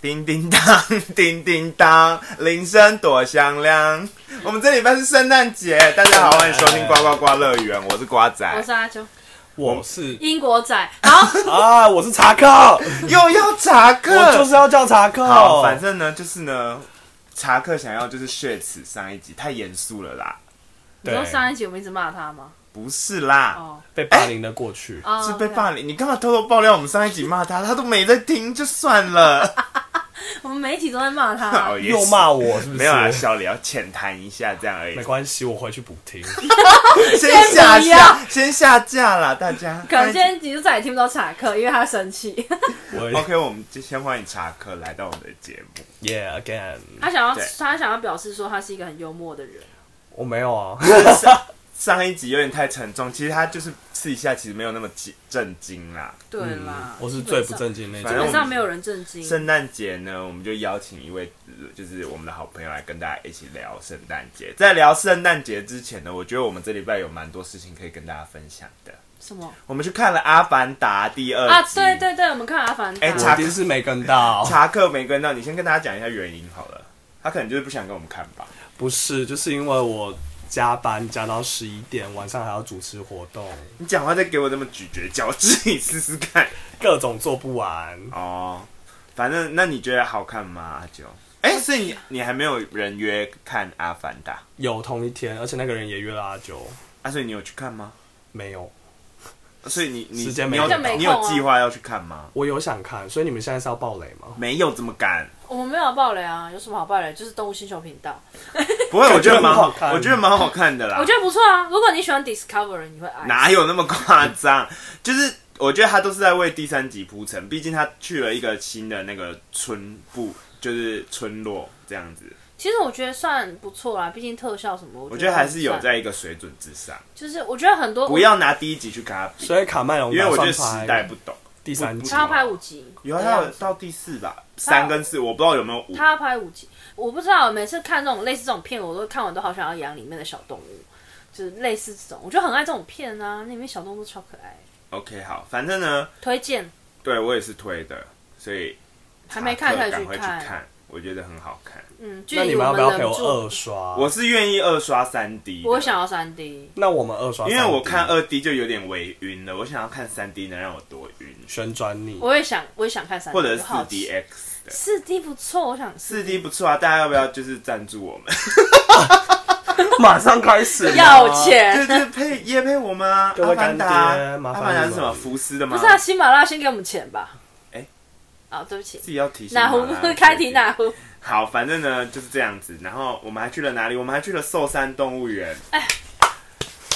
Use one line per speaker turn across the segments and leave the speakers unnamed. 叮叮当，叮叮当，铃声多响亮。我们这礼拜是圣诞节，大家好，欢迎收听呱呱呱乐园，我是瓜仔，
我是阿九，
我是
英国仔。好，
啊，我是查 克，
又要查克，
我就是要叫查克。
好，反正呢，就是呢，查克想要就是血耻上一集太严肃了啦，
你
对
说上一集我们一直骂他吗？
不是啦，
哦，
被霸凌的过去，
哦
是被霸凌，你干嘛偷偷爆料我们上一集骂他，他都没在听，就算了，
对我们每一集都在骂 他
哦，也是
又骂我是不是？
没有啊，小李要浅谈一下这样而已
没，关系，我回去补 听。
先下
先不要
架，先下架啦，大家。
可能今天你就再也听不到查克，因为他 生气，哎
我
OK，我们就先欢迎查克来到我们的节 目。
Yeah again，
他想要
对
他想要表示说他是一个很幽默的人。
我没有啊，
上一集有点太沉重，其实他就是私底下其实没有那么震震惊啦。
对
嗯
啦，
嗯我是最不正经那
反正
基本上，基
我
种。
本上没有人震惊。
圣诞节呢，我们就邀请一位呃就是我们的好朋友来跟大家一起聊圣诞节。在聊圣诞节之前呢，我觉得我们这礼拜有蛮多事情可以跟大家分享的。
什么
我们去看了《阿凡达》第二集
啊？对。对对，我们看阿凡达
呃嗯哎，
我一定是没跟到，
嗯查克没跟到，你先跟大家讲一下原因好了。他可能就是不想跟我们看吧。
不是，就是因为我加班加到十一点，晚上还要主持活动，
你讲话再给我这么咀嚼，嚼自己试试看。
各种做不完。
哦，反正那你觉得好看吗？阿九？哎、所以你你还没有人约看《阿凡达》
有同一天，而且那个人也约了阿九，
啊？所以你有去看吗？
没有。
所以你你
时间
你
没
有
空啊
你有计划要去看吗？
我有想看，所以你们现在是要爆雷吗？
没有，怎么敢？
我们没有暴雷啊，有什么好暴雷？就是动物星球频道，
不会，我觉得蛮
感觉很好看
我觉得蛮好看的啦。
我觉得不错啊。如果你喜欢 Discover，你会爱。
哪有那么夸张？就是我觉得他都是在为第三集铺陈，毕竟他去了一个新的那个村部，就是村落这样子，
其实我觉得算不错啦，毕竟特效什么，
我觉得还是有
算。
在一个水准之上。
就是我觉得很多
不要拿第一集去跟他比，
所以卡麦隆
因为我觉得
打
时
算拍
代不懂。
第三集
他要拍五集，
有啊，
的
他有
样子
到第四吧，三跟四，我不知道有没有五。
他要拍五集，我不知道。每次看这种类似这种片，我都看完都好想要养里面的小动物，就是类似这种，我就很爱这种片啊，那里面小动物超可爱。
OK，好，反正呢，
推荐
对我也是推的，所以
还没看可
查克
以
赶
去
快去
看，
看，我觉得很好看。
嗯，距
那你
离
们要
我
不要
们
陪我
忍住。
二刷？
我是愿意二刷三 D，的
我想要三 D，
那我们二刷3 D，
因为我看二 D 就有点微晕了，我想要看三 D 能让我多晕，
旋转 你，
我也想，我也想看三 D，
或者是
好
四
奇
DX 的。
四 D 不错，我想
四 D 不错啊，大家要不要就是赞助我们？
马上开始吗
要。
就
钱。
是配也配我们啊，
各
阿
位
凡
干爹
达，
麻
阿
烦
凡达是
你们
什么福斯的吗？
不是啊，喜马拉雅先给我们钱吧。
哎
啊，对不起，
自己要提醒
哪壶
我们啊
开题哪壶？
好，反正呢就是这样子。然后我们还去了哪里？我们还去了寿山动物园，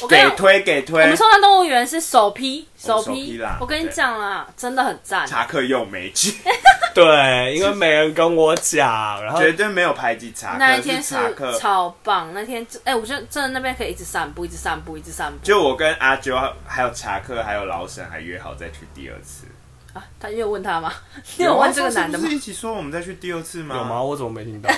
我跟你
给
讲
推给
哎我
推
们。松山动物园是首批，
哦
首
首批
批
啦
我跟你讲啦，真的很赞。
查克又没去，
对，因为没人跟我讲，然后
绝对没有排挤查克。
哦那一天
是
是
查克，
超棒，那天哎、我觉得真的那边可以一直散步，一直散步，一直散步
就我跟阿啾，还有查克，还有老沈，还约好再去第二次。
啊。他你有问他吗？ 你有问这个男
有啊上次
的
不
吗
是？一起说我们再去第二次吗？
有吗？？我怎么没 听到？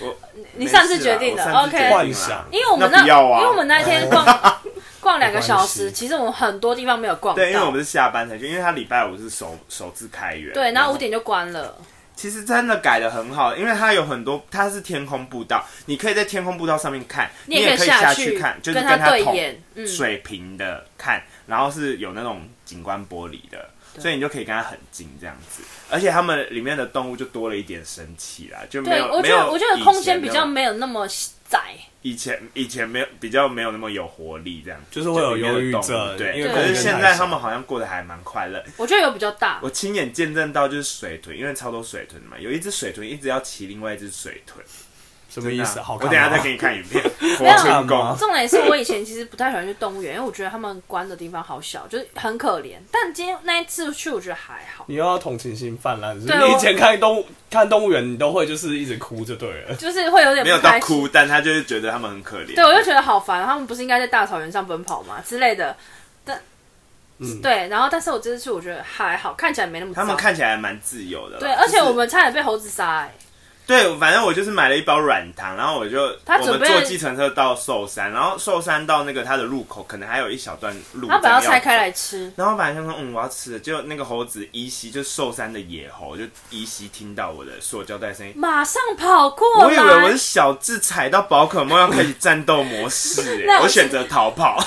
我
你上次决定的
没事啦啊我上次
OK
决定啦
幻想
因为我们
那
那，
不要啊
因为我们那 天逛逛两个小
没
时，
关系
其实我们很多地方没有逛到。
对，因为我们是下班才去，因为他礼拜五是首首次开园。
对然后五。点就关了。
其实真的改的很好，因为它有很多，它是天空步道，你可以在天空步道上面看，你
你也可以
可以
下
去
去
看，就是
跟他
它
对
同
眼嗯
水平的看，然后是有那种景观玻璃的，所以你就可以跟它很近这样子。而且它们里面的动物就多了一点神奇啦，就没
对，
有
我
没
觉得
有
我觉得
以
空
前
间比
那
较
种
没有那么窄，
以前以前没有比较没有那么有活力这样，
就是会有
里面的
忧郁
动物
症
对，
因
为
可
空
是
间
现
太
在
小
他们好像过得还蛮快乐，
我觉得有比较大。
我亲眼见证到就是水豚，因为超多水豚的嘛，有一只水豚一直要骑另外一只水豚，
什么意
真的
思？
啊
好
我
看
等
吗
一下再给你看影 片。活
有
春宫
干嘛
重点是我以前其实不太喜欢去动物园，因为我觉得他们关的地方好小，就是很可怜。但今天那一次去，我觉得还好，
嗯
你又要同情心泛滥，是不是
对啊我
你以前看动物看动物园，你都会就是一直哭就对了。
就是会有点
没有
不
到
开心。
哭，但他就是觉得他们很可怜。
对，我就觉得好烦，他们不是应该在大草原上奔跑吗之类的？但、
嗯
对，然后但是我这次去，我觉得还好，看起来没那么
他们
糟
看起来蛮自由的啦。
对，而且
就是嗯
我们差点被猴子杀、欸，
对，反正我就是买了一包软糖，然后我就
他
我
准
们
备
坐计程车到寿山，然后寿山到那个它的入口可能还有一小段路，
他把它拆
来。
开来吃，
然后本来想说，嗯，我要吃了，结果那个猴子依稀就寿山的野猴，就依稀听到我的塑胶袋声音。
马上跑过来。
我以为我是小智踩到宝可梦要开始战斗模式、
那
哎，
我
我选择逃 跑。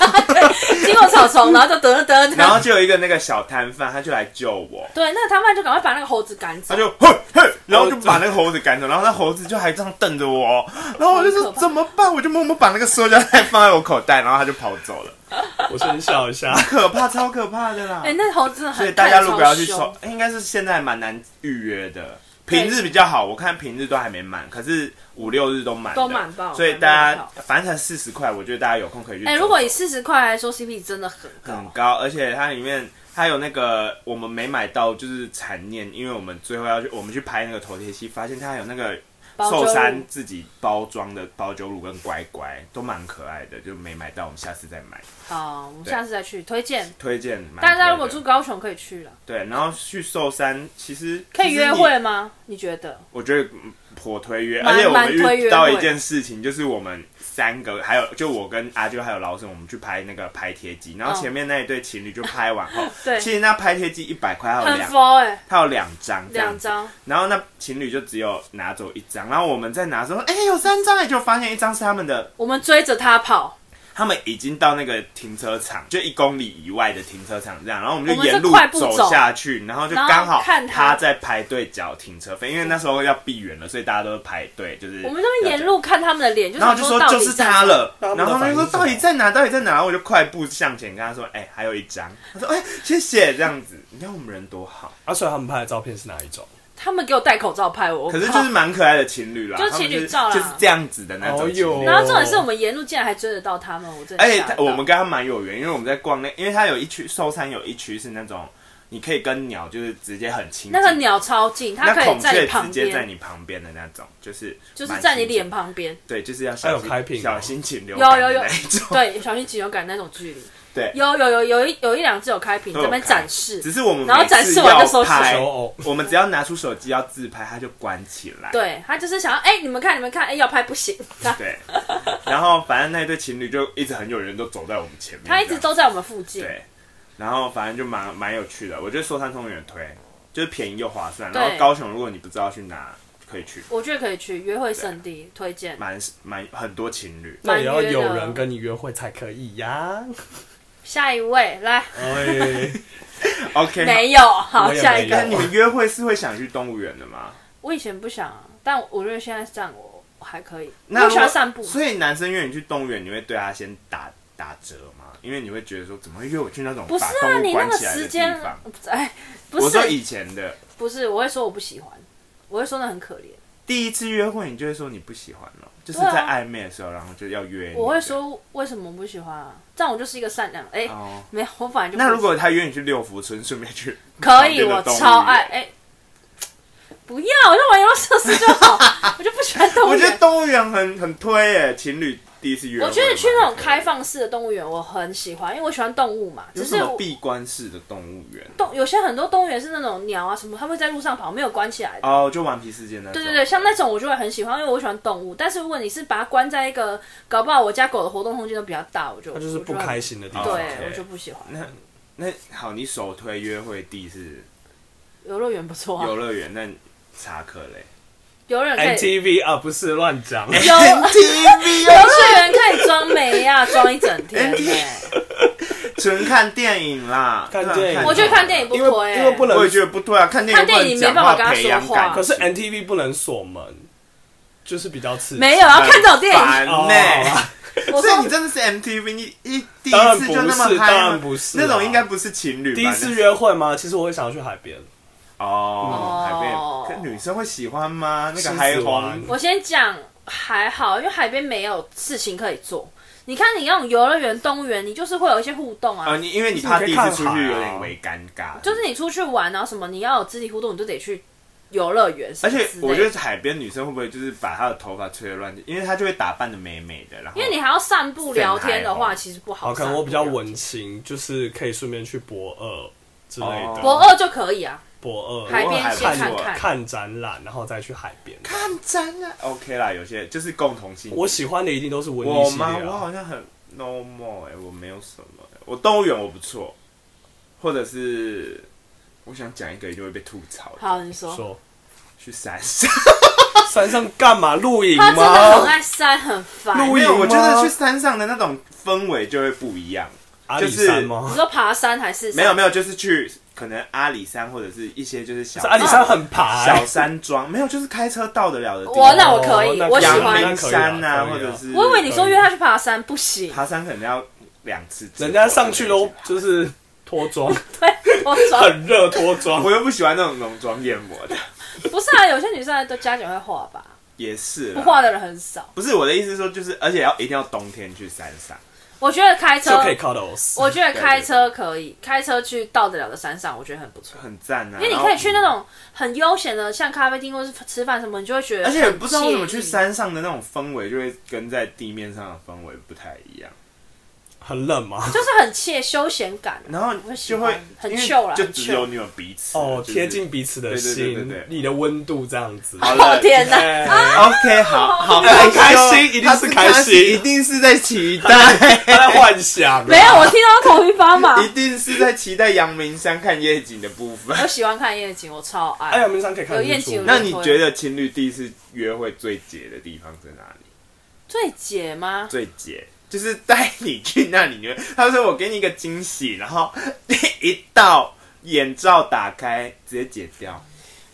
经过草丛，然后就得得
然
得。
后就有一个那个小摊贩，他就来救我，
对，那个摊贩就赶快把那个猴子赶走
他。就嘿嘿，然后就把那个猴子赶走，然后那猴子就还这样瞪着我，然后我就
好
说
可怕
怎么办？我就默默把那个塑胶袋放在我口袋，然后他就跑走了，
我先笑一下。
可怕，超可怕的啦
哎、！那猴子真的
所
很
以大家如果要去
看着超
抽
凶，
应该是现在蛮难预约的。
对
平日比较好，我看平日都还没满，可是五六日都满的，
都满爆
所以大
满
家
爆
反正才四十块，我觉得大家有空可以去走
哎、
走。
如果以四十块来说，CP 真的很高。
很高，而且它里面它有那个我们没买到，就是残念，因为我们最后要去我们去拍那个头贴戏，发现它有那个
包
寿
粥
山自己包装的包酒乳跟乖乖，都蛮可爱的，就没买到，我们下次再买。
好，我们
对啊
下次再去推荐。
推荐蛮
大
推
家
的
如果住高雄可以去了，
对，然后去寿山其实
可以约，
其实你
会吗？你觉得？
我觉得嗯颇推约，
蛮
而且我
蛮
们
推约
遇到
会
一件事情，就是我们三个还有就我跟阿啾还有老沈，我们去拍那个拍贴机，然后
嗯
前面那一对情侣就拍完后
，对
其实那拍贴机一百块还有
很
两
佛哎、
它有两张，
两，张，
然后那情侣就只有拿走一张，然后我们再拿说，哎、有三张，哎，就发现一张是他们的，
我们追着他跑，
他们已经到那个停车场，就一公里以外的停车场这样，然后我们
我
就
们是
沿路
快步走
走下去，然后就
然后
刚好
看他
他在排队缴停车费，因为那时候要闭园了，所以大家都排队，就是
我们那边沿路看他们的脸，就
然后就说
想到
就
底
是
在
他了，
那
然
他们
后
的
他就说
反应是什么
到底在哪？到底在哪？然后我就快步向前跟他说，哎、还有一张。他说，哎、谢谢，这样子，你看我们人多好。
啊，所以他们拍的照片是哪一种？
他们给我戴口罩拍我，我
可是
靠
就是蛮可爱的情侣啦，
就是
他们
情侣照啦
就是这样子的那
哦
种情
哟
侣。
然后重点是我们沿路竟然还追得到他们，我真的
而且
吓
哎他
到
我们跟他蛮有缘，因为我们在逛那，因为他有一区寿山有一区是那种你可以跟鸟就是直接很亲近，
那个鸟超近，它可
那
以
孔
在
雀
你旁
直接在
边，
你旁边的那种，就是
就是
蛮
在你
亲近
脸旁 边，
对，就是要小
还有开屏
心
哦
小心禽流
有
感的
有有
那一种。
对，小心急流感那种距离。
对
有有有有一有一两只有开屏
都
在
有
那边
开
展示
只，是我们
然后
每次
展示完就收
要
起
拍
来
求，偶
我们只要拿出手机要自拍，他就关起来。
对他就是想要哎、你们看你们看哎、要拍不行， 他
对，然后反正那对情侣就一直很有缘，都走在我们前面这样。
他一直都在我们附近，
对，然后反正就蛮蛮有趣的，我觉得寿山公园推就是便宜又划算。
对
然后高雄，如果你不知道去哪，可以去，
我觉得可以去约会圣地推荐。
蛮蛮很多情侣。
那也要有
蛮约的
人跟你约会才可以呀。
下一位来，
哎，
OK，
没有好
我也
下一
没
那
个
有，
你们约会是会想去动物园的吗？
我以前不想啊，但我觉得现在这样我我还可以，
那
我喜欢
如果
散步，
所以男生约你去动物园，你会对他先打打折吗？因为你会觉得说，怎么会约我去那种
不是
把
啊，
动物
你那
关
个
起来
时
的
间
地方？，
哎，不
我说
是
以前的
不是，我会说我不喜欢，我会说那很可怜，
第一次约会，你就会说你不喜欢了，就是
对啊
在暧昧的时候，然后就要约你。
我会说为什么不喜欢啊？这样我就是一个善良，哎、
哦。
没有，我本来就不
那如果他约你去六福村，顺便去
可以，我
旁边的动物园
超爱，哎、不要，我就玩游乐设施就 好， 我就不喜欢动物
我觉得
园。
动物园很很推诶，情侣第一次约会
我
嘛。
觉得去那种开放式的动物园，我很喜欢，因为我喜欢动物嘛。
有
只
什
是
么
我
闭关式的动物园？
动有些很多动物园是那种鸟啊什么，它会在路上跑，没有关起来的。
哦，就顽皮世界那种。
对对对，像那种我就会很喜欢，因为我喜欢动物。但是如果你是把它关在一个，搞不好我家狗的活动空间都比较大，我就
他就是不开。心的地
我
方
就。很
哦
对，
，OK
我就不喜欢。
那那好，你首推约会地是
游乐园不错啊，
游乐园，那查克嘞
游乐园可以，
NTV 啊，不是乱讲。
游游
？TV 哦，
乐园可以装美呀，装一整天欸。
纯看电影啦，
看
对啊
电影
我觉得看电影不
因为
推欸
因为不
我
能
也，觉得不对啊，看电
看电影
不能
没办法
讲
跟他
培养
说话
感情，
得
可是 NTV 不能锁门，就是比较刺激。
没有啊，看这种电影，
很烦欸
哦
我
所以你
说
真的是 MTV，你一第
当然
一次
不是
就那么嗨吗，
当然不是啊
那种应该不是情侣吧。
第一次约会吗？其实我会想要去海边。
哦，海
哦
边，可女生会喜欢吗？那
狮
个
子
海
王
红，
我先讲还好，因为海边没有事情可以做。你看你那种游乐园、动物园，你就是会有一些互动啊。
呃，你因为你怕第一次出去有点微尴尬，
就是你出去玩啊什么，你要有肢体互动，你就得去游乐园什
而
么之类
且
的。
我觉得海边女生会不会就是把她的头发吹得乱七，因为她就会打扮的美美的，然后
因为你还要散步聊天的
散
话，
开哦
其实不好
好，
散
可
步。
能我比较文青，就是可以顺便去博二之类
哦
的。
博二就可以啊，
博二
海边
海
先
边
看
我
看，
看展览，然后再去海边。
看展
啊
览 OK 啦，有些就是共同性。
我喜欢的一定都是文艺
我
系
吗？
列
我
啊。
好像很 normal 哎、我没有什么欸、我动物园我不错，或者是我想讲一个就会被吐槽的，
好，你说
说
去山上。
山上干嘛露营
他真的很
吗？
爱山，很烦。
露
没
营
你
有，我觉得
吗
去山上的那种氛围就会不一样。
阿里山吗？
说爬山还是
没有没有，就是去可能阿里山或者是一些就是小
是阿里山很爬欸
小山庄，没有，就是开车到得了的地
我
方。
那我可以
哦那
我喜欢
阳
那
明
可以
山啊，
可以
或者是
我以为你说约他去爬山不行，
爬山可能要两次，
人家上去都就是脱妆，
我说
很热脱妆
我。又不喜欢那种浓妆艳抹的，
不是啊，有些女生都加减会画吧，
也是啦
不画的人很少。
不是我的意思是说，就是而且要一定要冬天去山上，
我觉得开
就
车
可，以靠到我死。
我觉得开车可以，开车去到得了的山上，我觉得很不错。
很赞啊。
因为你
然后
可以去那，种很悠闲的，像咖啡厅或是吃饭什么，你就会觉得
而
很惬意，
且不知道为什么去山上的那种氛围，就会跟在地面上的氛围不太一样。
很冷吗？
就是很切休闲感啊。
然后
我喜
就
欢
会
很
因为
chill 啦
就
很
只
chill
有你们彼此啊
哦，
就是
贴近彼此的
对对对对
心
对，
你的温度这样子。
好
哦
了，
天哪！
哎
OK，好好
哎很开
羞
心一定
他
是
是
开
哦他
心
一定是在期 待，
他在幻想。啊
没有，我听到头皮发 麻。
一定是在期待阳明山看夜景的部分。
我喜欢看夜景，我超爱。
哎呀，明山可以看
有
日
宴
出
请。
那你觉得情侣第一次约会最解的地方在哪里？
最解吗？
最解就是带你去那里，你会他说我给你一个惊喜，然后 一到眼罩打开直接解掉。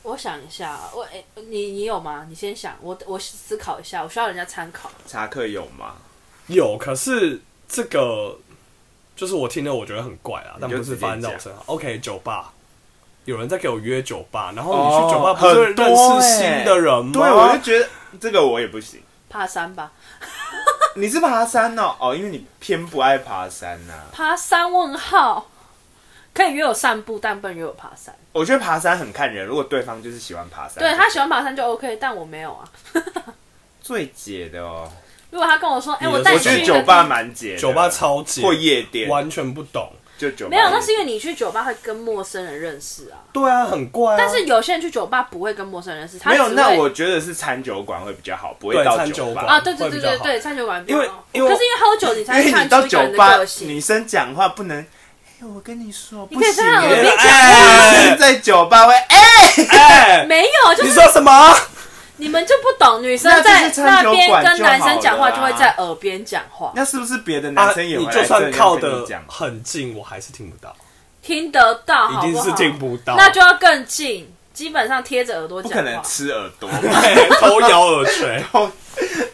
我想一下，我哎、你你有吗？你先想，我我思考一下，我需要人家参考。
查克有吗？
有，可是这个就是我听了我觉得很怪啊，但
就
不是发生在我
直接
身上。OK，酒吧有人在给我约酒吧，然后
哦
你去酒吧不是会
很多
认识
欸
新的人吗？
对，我就觉得这个我也不行。
爬山吧，
你是爬山哦，哦，因为你偏不爱爬山啊呐、
爬山问号，可以约我散步，但不能约我爬山。
我觉得爬山很看人，如果对方就是喜欢爬山，
对他喜欢爬山就 OK，但我没有啊。
最解的哦。
如果他跟我说，哎、
你的
我带
我
你
觉
去
得
一
酒
个
吧
地
蛮解的，
酒吧超级
或夜店，
完全不懂。
就酒吧
没有，那是因为你去酒吧会跟陌生人认识
哦
啊。
对啊，很怪、啊。
但是有些人去酒吧不会跟陌生人认识，他
没有。
只
那
会
我觉得是餐酒馆会比较好，不会
对
到
餐酒
吧。
馆
啊，对对对
会
对
比较好
对，餐酒馆比
因为
较好
因为
可是因为喝酒你
因
才
为
看
你
出
到
一个
酒
人的
吧
个，性。
女生讲话不能。哎，我跟你说，
你
不
可以
行
在她耳
欸。
边讲
哎女生在酒吧会哎，
哎、
没有，就
你
是
说什么？
你们就不懂，女生
那
在
就是餐
那
酒
边
馆
跟
就好
男生讲话
了
就
啊
会在耳边讲话，
那是不是别的
啊
男，生也
你
会来
就
这
算
样
靠
跟你
的
讲？
很近，我还是听不到，
听得到好
一定
好？
是听不到。
哦那就要更近，基本上贴着耳朵
不
讲
可能
话。
吃耳朵吧，
头摇耳 垂。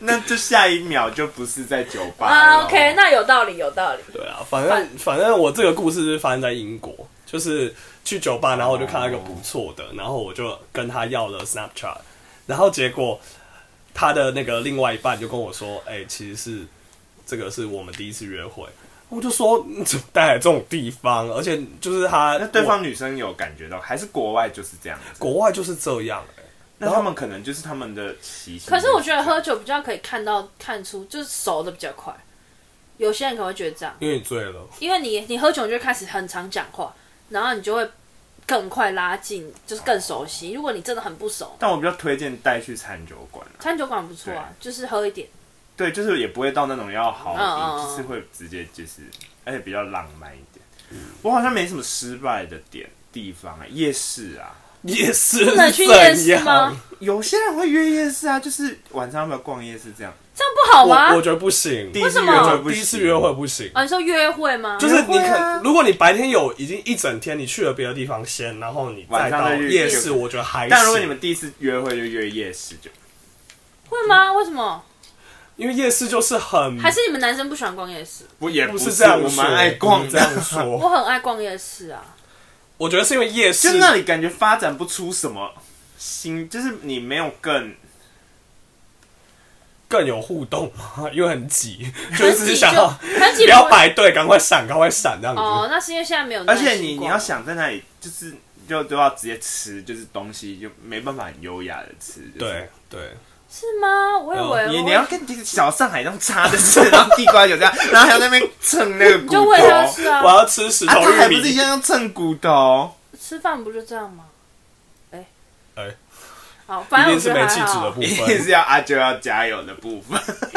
那就下一秒就不是在酒吧
啊
了
，OK，那有道理，有道理。
对啊，反正反正我这个故事是发生在英国，就是去酒吧，然后我就看到一个不错的，
嗯
然后我就跟他要了 Snapchat，然后结果他的那个另外一半就跟我说：“哎、其实是这个是我们第一次约会。”我就说：“你怎么带来这种地方？而且就是他
那对方女生有感觉到，还是国外就是这样子？
国外就是这样、哎
那他们可能就是他们的习性。
可是我觉得喝酒比较可以看到看出，就是熟的比较快。有些人可能会觉得这样，
因为你醉了。
因为你你喝酒你就开始很常讲话，然后你就会更快拉近，就是更熟悉。如果你真的很不熟，
但我比较推荐带去餐酒馆、啊，
餐酒馆不错啊，就是喝一点。
对，就是也不会到那种要好
嗯嗯
饮，
嗯
就是会直接就是，而且比较浪漫一点。我好像没什么失败的点地方啊，夜市啊，
夜市
不能去夜市
是怎样
吗？
有些人会约夜市啊，就是晚上要不要逛夜市这样。
这样不好吗
我我？觉得不行，
第一次
为什么
约会不
第一
行
次约会不行。
啊，你说约会吗？
就是你
约会
可、
啊
如果你白天有已经一整天，你去了别的地方先，然后你再
晚上
到
再去
夜
夜
市，
市
我觉得还行。
但如果你们第一次约会就约夜市就，
会吗？为什么？
因为夜市就是很
还是你们男生不喜欢逛夜市？
不也
不
是
这样
我
说，
蛮爱逛
不这样
的
我
说。
很爱逛夜市啊，
我觉得是因为夜市
就那里感觉发展不出什么新，就是你没有更
更有互动嘛，因为 很挤，就
很
是
挤
想
就
要
很挤
不要排队，赶快闪，赶快闪这样子。
哦，那是因为现在没有那
而
个习
且
惯，
你你要想在那里，就是就都要直接吃，就是东西就没办法很优雅的吃。就是
对对，
是吗？我以为呃
哦
我
你
会
你要跟这个小上海那样插着吃，然后地瓜酒这样，然后还要在那边蹭 那个骨
就喂他
头，
吃啊
我，要吃石
啊，
头
他还
玉
不是一
米。
样要蹭骨头？
吃饭不就这样吗？
哎、
好，反
一
正
定
我觉
是没
得
气
还
质的
好
部，
一定
分。
是要阿啾要加油的部 分。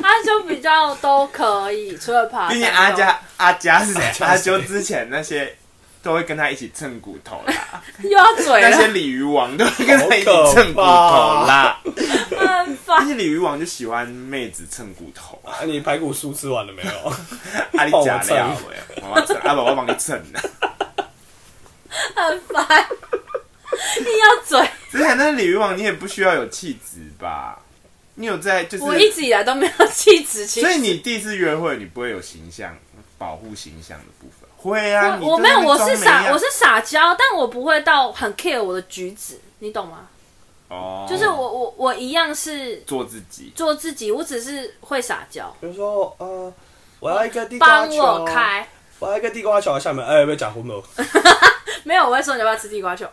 他就比较都可以，除了爬山。
毕竟阿加阿加是
阿
谁？
加
阿
谁
啾之前那些都会跟他一起蹭骨头 啦，
又要嘴
那些
了，
鲤鱼王都会跟他一起蹭骨头啦。
很
那
烦。
些鲤鱼王就喜欢妹子蹭骨头 啊，
啊你排骨酥吃完了没有？
阿里假料哎，我要蹭，阿宝我帮你蹭的。
很烦，硬要嘴。
之前那鲤鱼王你也不需要有气质吧？你有在就是，
我一直以来都没有气质，其
所以
实
你第一次约会你不会有形象保护形象的部分，会啊，你
我我
在
没
那
有，
边
我
装
是
没
撒
样
我是撒娇，但我不会到很 care 我的举止，你懂吗？
哦，
就是我我我一样是
做自己，
做自己，我只是会撒娇，
比如说呃，我要一个地瓜
帮
球，
我开。
我要一个地瓜球在下面，哎、有没有假红 豆？
没有，我会说你要不要吃地瓜球，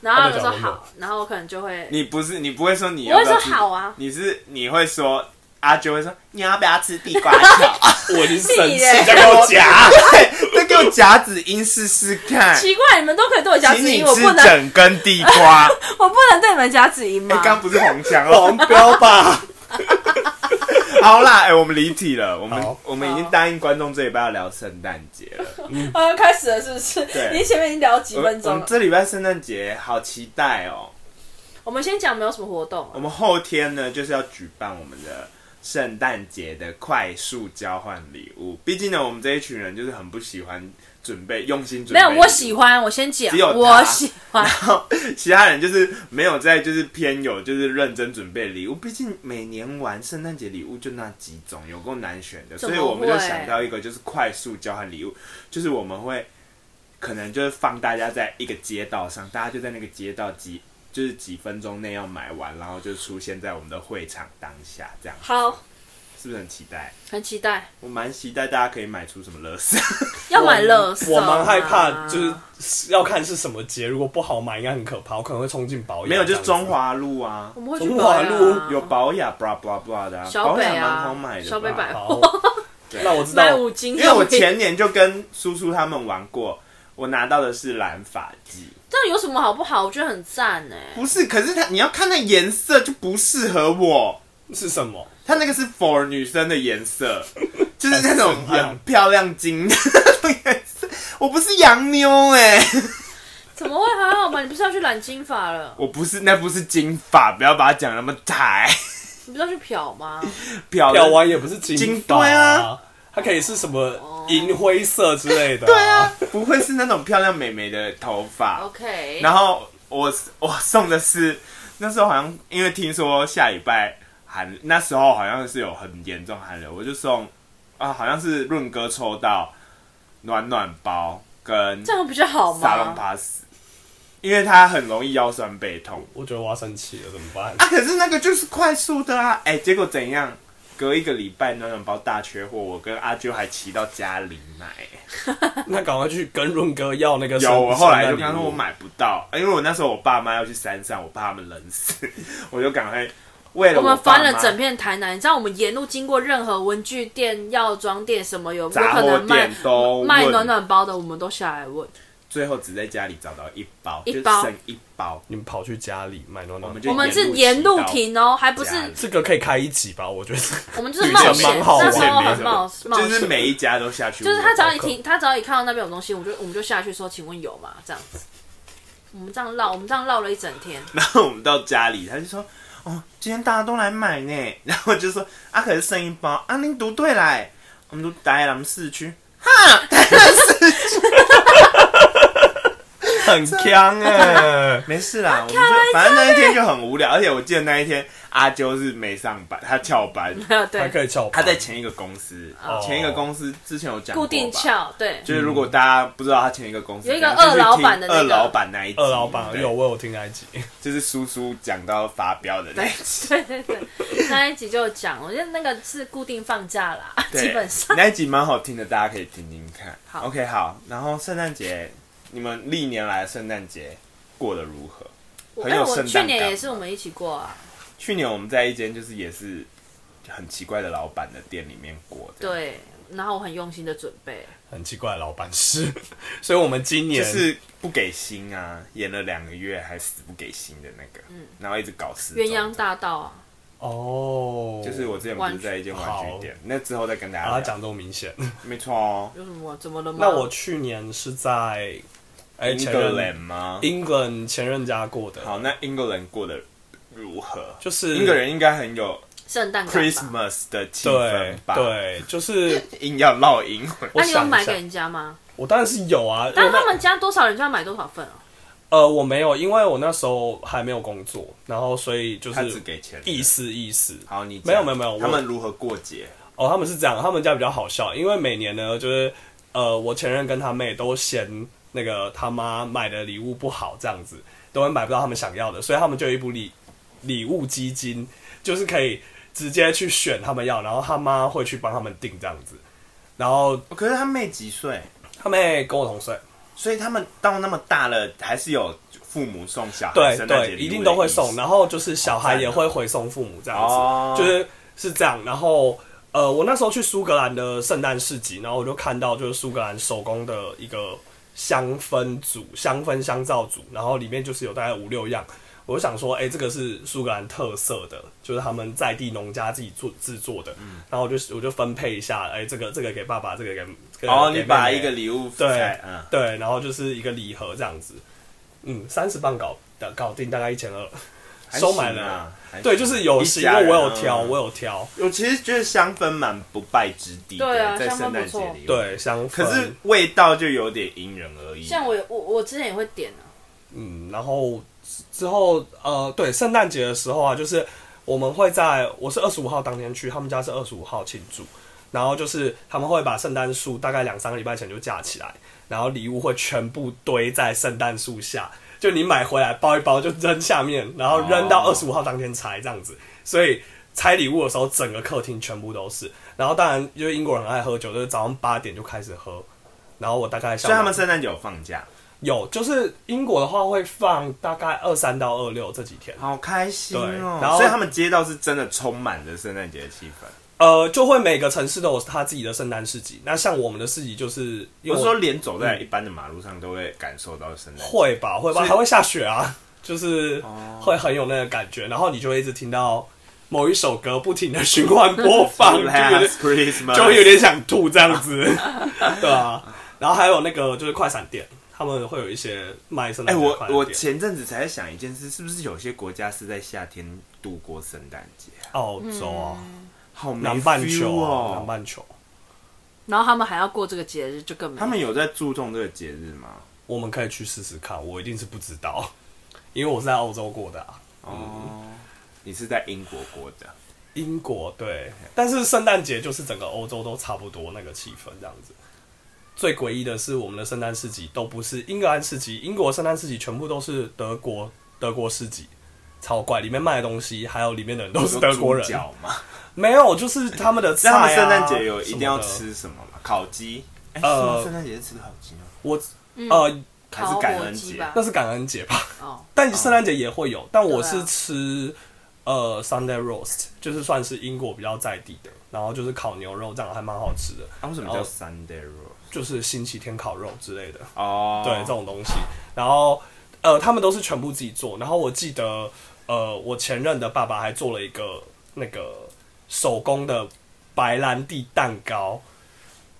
然后他们说
他们讲我
好，然后我可能就会
你不是你不会说你
我
要
会
不要
说
吃
好啊，
你是你会说阿啾会说你要不要吃地瓜 球？
我已经生
屁
气，
嘞
再给 我 啊夹。
对，再给我夹子音试试看，
奇怪，你们都可以对我夹
请
子
你
音，我
吃
不能，
整根地瓜。
我不能对你们夹子音
哎，
吗？
刚不是红香哦。
黄标吧，
好啦，哎，我们离题了，我们
好
我们已经答应观众这礼拜要聊圣诞节了。
呃，开始了是不是？
对
你前面已经聊了几
我
分
们我
钟
们
了。
这礼拜圣诞节好期待哦。
我们先讲没有什么活动
我
啊，
们后天呢，就是要举办我们的圣诞节的快速交换礼物。毕竟呢，我们这一群人就是很不喜欢准备用心准备
没
礼
有，
物。
我喜欢，我先讲
只有，他
我喜欢，
其他人就是没有在，就是偏有就是认真准备礼物。毕竟每年玩圣诞节礼物就那几种，有够难选的，
怎
所
么
以
会
我们就想到一个就是快速交换礼物，就是我们会可能就是放大家在一个街道上，大家就在那个街道几就是几分钟内要买完，然后就出现在我们的会场当下，这样
好，
是不是很期待？
很期待，
我蛮期待大家可以买出什么乐色。
要买乐色，
我蛮害
啊
怕，就是要看是什么节，如果不好买，应该很可怕，我可能会冲进保养。
没有，就是
这样
中
子。
华路啊
我，们会去
中华路
北啊
有保雅 blah blah blah 的、啊，
小北
保雅蛮
啊
好买，的吧，
小北百
好
货，
那我知道
买，五金，
因为我前年就跟叔叔他们玩过，我拿到的是蓝发髻，
这有什么好不好？我觉得很赞哎，
不是，可是它你要看那颜色就不适合我，
是什么？
它那个是 for 女生的颜色，就是那种
怎样
很漂亮金的颜色。我不是洋妞哎、
怎么会还好吧？你不是要去染金发了？
我不是，那不是金发，不要把它讲那么抬，
你不是要去漂 吗？
漂
表完也不是
金
金
对啊
啊，它可以是什么银灰色之类的、
对啊，， 不会是那种漂亮美眉的头发。
OK，
然后我我送的是那时候好像因为听说下礼拜寒，那时候好像是有很严重寒流，我就送啊，好像是润哥抽到暖暖包跟
这样比较好
沙龙
吗？
帕斯，因为他很容易腰酸背痛
我觉得我要生气了，怎么办？
啊。可是那个就是快速的啊，哎、结果怎样？隔一个礼拜暖暖包大缺货，我跟阿啾还骑到家里买。
那赶快去跟润哥要那个生。
有，我后来就
圣
跟他
诞礼
说
物
我。买不到，哎因为我那时候我爸妈要去山上，我怕他们冷死， 我就赶快为了
我们
爸
翻
妈
了整片台南，你知道我们沿路经过任何文具店、药妆店什么有有
杂
可
货
能卖
店都
卖
问
暖，暖包的，我们都下来问。
最后只在家里找到一包，
一
就
包
剩一包，
你们跑去家里买暖暖
我们
包，
就
我们是沿路停哦，还不是
家里
这个可以开一集吧？我觉得
我 们就是冒
旅
险，
程蛮好
那
玩的
时候很冒冒
就是
险。
每一家都下去
就
问，
是他只要一
可
听，他只要一看到那边有东西，我们就我们就下去说，请问有吗？这样子，我们这样绕，我们这样绕了一整天。
然后我们到家里，他就说。哦，今天大家都来买呢，然后我就说啊，可是剩一包啊，您独队来，我们都待我们市区，
很香哎、
没事啦，我们就反正那一天就很无聊，而且我记得那一天阿啾是没上班，他翘班，
还
对，
可以翘班。
他在前一个公司，
哦
前一个公司之前有讲过
固
吧
定，翘，对，
就是如果大家不知道他前一个公司，
有一个
就是
二老板的那个
听二老板那一集
二老板
对
有我有听那一集，
就是叔叔讲到发飙的那一集，
对对对，那一集就有讲，我觉得那个是固定放假啦，
对
基本上。
那一集蛮好听的，大家可以听听看。
好
o k 好，然后圣诞节你们历年来的圣诞节过得如何？
我
很
哎
有
我
圣诞
去年
感
也是我们一起过啊，
去年我们在一间就是也是很奇怪的老板的店里面过的，
对，然后我很用心的准备。
很奇怪的老板是， 所以我们今年
就是不给薪啊，演了两个月还死不给薪的那个，然后一直搞失踪
嗯鸳鸯大道啊，
哦，
就是我之前不是在一间玩具店，那之后再跟大
把
家
它
聊
讲这么明显。
没错哦。
有什么怎么了吗？
那我去年是在哎
英
前
格兰
任
吗？
England 前任家过的，
好，那英格兰过得如何？
就是
英格兰应该很有
圣诞感吧。
Christmas 的气氛
对
吧？，
对，就是，
硬要唠英文
我
那你有
想一
买
下
给，人家吗？
我当然是有啊，
但是
我那
他们家多少人就要买多少份啊？
呃我没有，因为我那时候还没有工作，然后所以就
他只
是
给钱。
意思意思。
好，你讲
没有没有没有
他
我
们如何过节？
哦，他们是这样，他们家比较好笑，因为每年呢，就是呃，我前任跟他妹都嫌那个他妈买的礼物不好，这样子都会买不到他们想要的，所以他们就有一部礼礼物基金，就是可以直接去选他们要，然后他妈会去帮他们订这样子。然后
哦可是他妹几岁？
他妹跟我同岁，
所以他们到那么大了，还是有父母送小孩
对
圣诞节礼
对，
物的
一定都会送。
意思
然后就是小
好
孩
赞哦
也会回送父母这样子，
哦
就是是这样。然后呃，我那时候去苏格兰的圣诞市集，然后我就看到就是苏格兰手工的一个香氛组、香氛香皂组，然后里面就是有大概五六样。我就想说，哎、这个是苏格兰特色的，就是他们在地农家自己做制作的。然后我就我就分配一下，哎、这个这个给爸爸，这个给这个
哦，
给
你把
妹妹
一个礼物塞
对，
嗯，
对，然后就是一个礼盒这样子，嗯，三十磅搞搞搞定，大概一千二，
还行
收
啊
买了。，
还行
对，就是有
一
是因
家
为
人
我
啊
有挑，我有挑，
我其实觉得香氛蛮不败之地的，
对啊
在
香氛
圣诞
不
节
错
礼物。，
对，香氛，
可是味道就有点因人而异。
像我有我我之前也会点啊，
嗯，然后之之后呃，对，圣诞节的时候啊，就是我们会在我是二十五号当天去，他们家是二十五号庆祝，然后就是他们会把圣诞树大概两三个礼拜前就架起来，然后礼物会全部堆在圣诞树下，就你买回来包一包就扔下面，然后扔到
哦
二十五号当天拆这样子，所以。拆礼物的时候，整个客厅全部都是。然后当然，因为英国人很爱喝酒，就是早上八点就开始喝。然后我大概下
所以他
班
们圣诞节有放假，
有，就是英国的话会放大概二三到二六这几天，
好开心哦
对！然后
所以他们街道是真的充满着圣诞节的气氛。
呃，就会每个城市都有他自己的圣诞市集。那像我们的市集就是，因为嗯
我是说，连走在一般的马路上都会感受到圣诞节。
会吧，会吧，
所以哦
还会下雪啊，就是会很有那个感觉。然后你就会一直听到某一首歌不停的循环 播 放，就有点
Last Christmas，
就有点想吐这样 子，对啊。然后还有那个就是快闪店，他们会有一些卖圣
哎、
诞节的
我
快
我
闪店。
前阵子才在想一件事，是不是有些国家是在夏天度过圣诞节啊？
澳洲啊，
好嗯没
南半
feel
球啊，南
哦！
半球。
然后他们还要过这个节日，就更没
他们有在注重这个节日吗？
我们可以去试试看，我一定是不知道， 因为我是在澳洲过的啊，
哦，你是在英国过的，
英国对，但是圣诞节就是整个欧洲都差不多那个气氛这样子。最诡异的是，我们的圣诞市集都不是英格兰市集，英国圣诞市集全部都是德国德国市集，超怪，里面卖的东西还有里面的人
哦
都是德国人
有猪，脚吗？
没有，就是他们的菜、
那
啊。
他们圣诞节有一定要
什么的，
吃什么吗？烤鸡？哎、
呃
是吗圣诞节是吃烤鸡吗？
我
嗯
呃，
还
烤
是感
火
恩
鸡
节
吧
那？是感恩节吧？
哦，
但圣诞节也会有，但我
对
是
啊
吃、呃 Sunday roast，就是算是英国比较在地的，然后就是烤牛肉这样还蛮好吃的，
啊，为什么叫
哦
Sunday roast？
就是星期天烤肉之类的，
哦，
对这种东西。然后呃，他们都是全部自己做。然后我记得呃，我前任的爸爸还做了一个那个手工的白兰地蛋糕。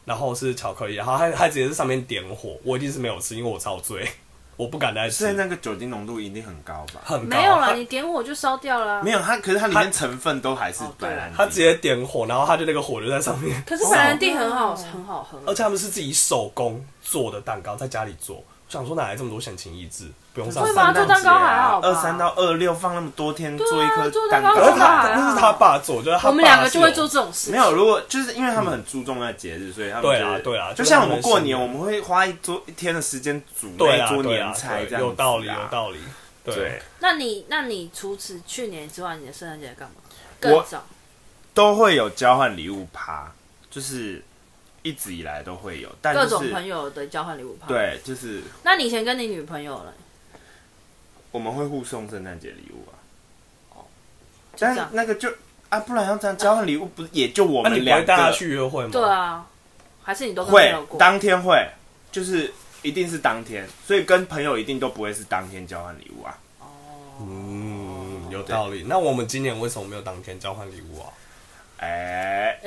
然后是巧克力，然后还还直接是上面点火，我一定是没有吃，因为我超醉，我不敢再吃
所以，那个酒精浓度一定很高吧？
很高。
没有
它
了，你点火就烧掉了啊。
没有它，可是它里面成分都还是
哦对
白兰地。
他直接点火，然后他就那个火就在上面，哦
可是白兰地很好，
嗯
很好喝。
呃
而且他们是自己手工做的蛋糕，在家里做。我想说哪来这么多闲情逸致，不用上
会
班。
吗做蛋糕
啊
还好吧
二三到二六放那么多天，
啊
做一颗
做
蛋
蛋
糕
糕
可是
真的
他
还好
那是他爸做，就是他爸
啊我们两个就会
是有
做这种事情。
没有，如果就是因为他们很注重那个节日，所以他们
对
就
啦
是
对啦
就
就是他
像
们
我们过
信
年，
仰
我们会花一桌一天的时间煮那
对
一
啦
桌
对
年
啦，
菜，这
对
样
有道理
子啊
有道理，啊
对，，
那你那你除此去年之外，你的圣诞节干嘛？
我
更早
都会有交换礼物趴，就是一直以来都会有，但
各
就
种朋
是
友的交换礼物趴。，
对，就是
那你以前跟你女朋友了，
我们会互送圣诞节礼物啊，
就这
但
样
那个就啊，不然要这样交换礼物，不是也就我
那
们
你不会
两
带他
个
去约会吗？
对，啊，还是你都跟朋
会
友过？
当天会，就是一定是当天，所以跟朋友一定都不会是当天交换礼物啊。
哦
嗯，有道理。那我们今年为什么没有当天交换礼物啊？
哎、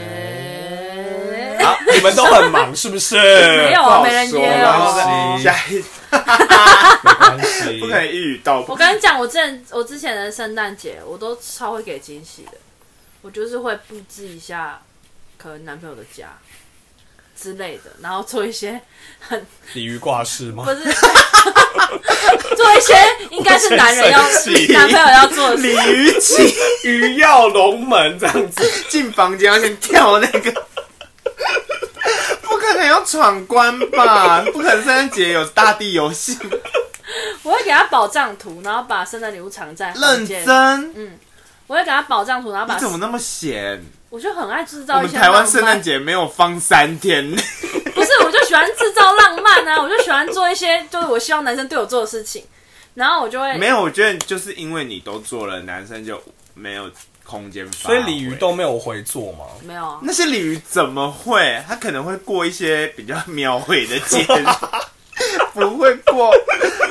呃，
啊，你们都很忙是不是？
没有
不
啊，
好
没人
说
约
没
关
哦。
系，
下一
没关 系，
不可以一语道
我
破。
跟你讲，我之前我之前的圣诞节，我都超会给惊喜的，我就是会布置一下可能男朋友的家之类的，然后做 一些
鲤鱼挂饰吗
不？是做一些应该是 男人要
我真生气
男朋友要做的
鲤
事。
鱼起
鱼跃龙门这样子，
进房间要先跳那个， 不可能要闯关 吧？不可能圣诞节有大地游戏，
我会给他保障图，然后把圣诞礼物藏在房
认
间。
真。
嗯我会给他保障图，然后把
你怎么那么闲？
我就很爱制
我
造一
们
些
台湾
浪漫
圣诞节没有放三天，
不是，我就喜欢制造浪漫啊，我就喜欢做一些就是我希望男生对我做的事情，然后我就 会
没有。我觉得就是因为你都做了，男生就没有空间发
所
挥。
以鲤鱼都没有回做吗？
没有啊，
那些鲤鱼怎么会？他可能会过一些比较庙会的节 日，不会过，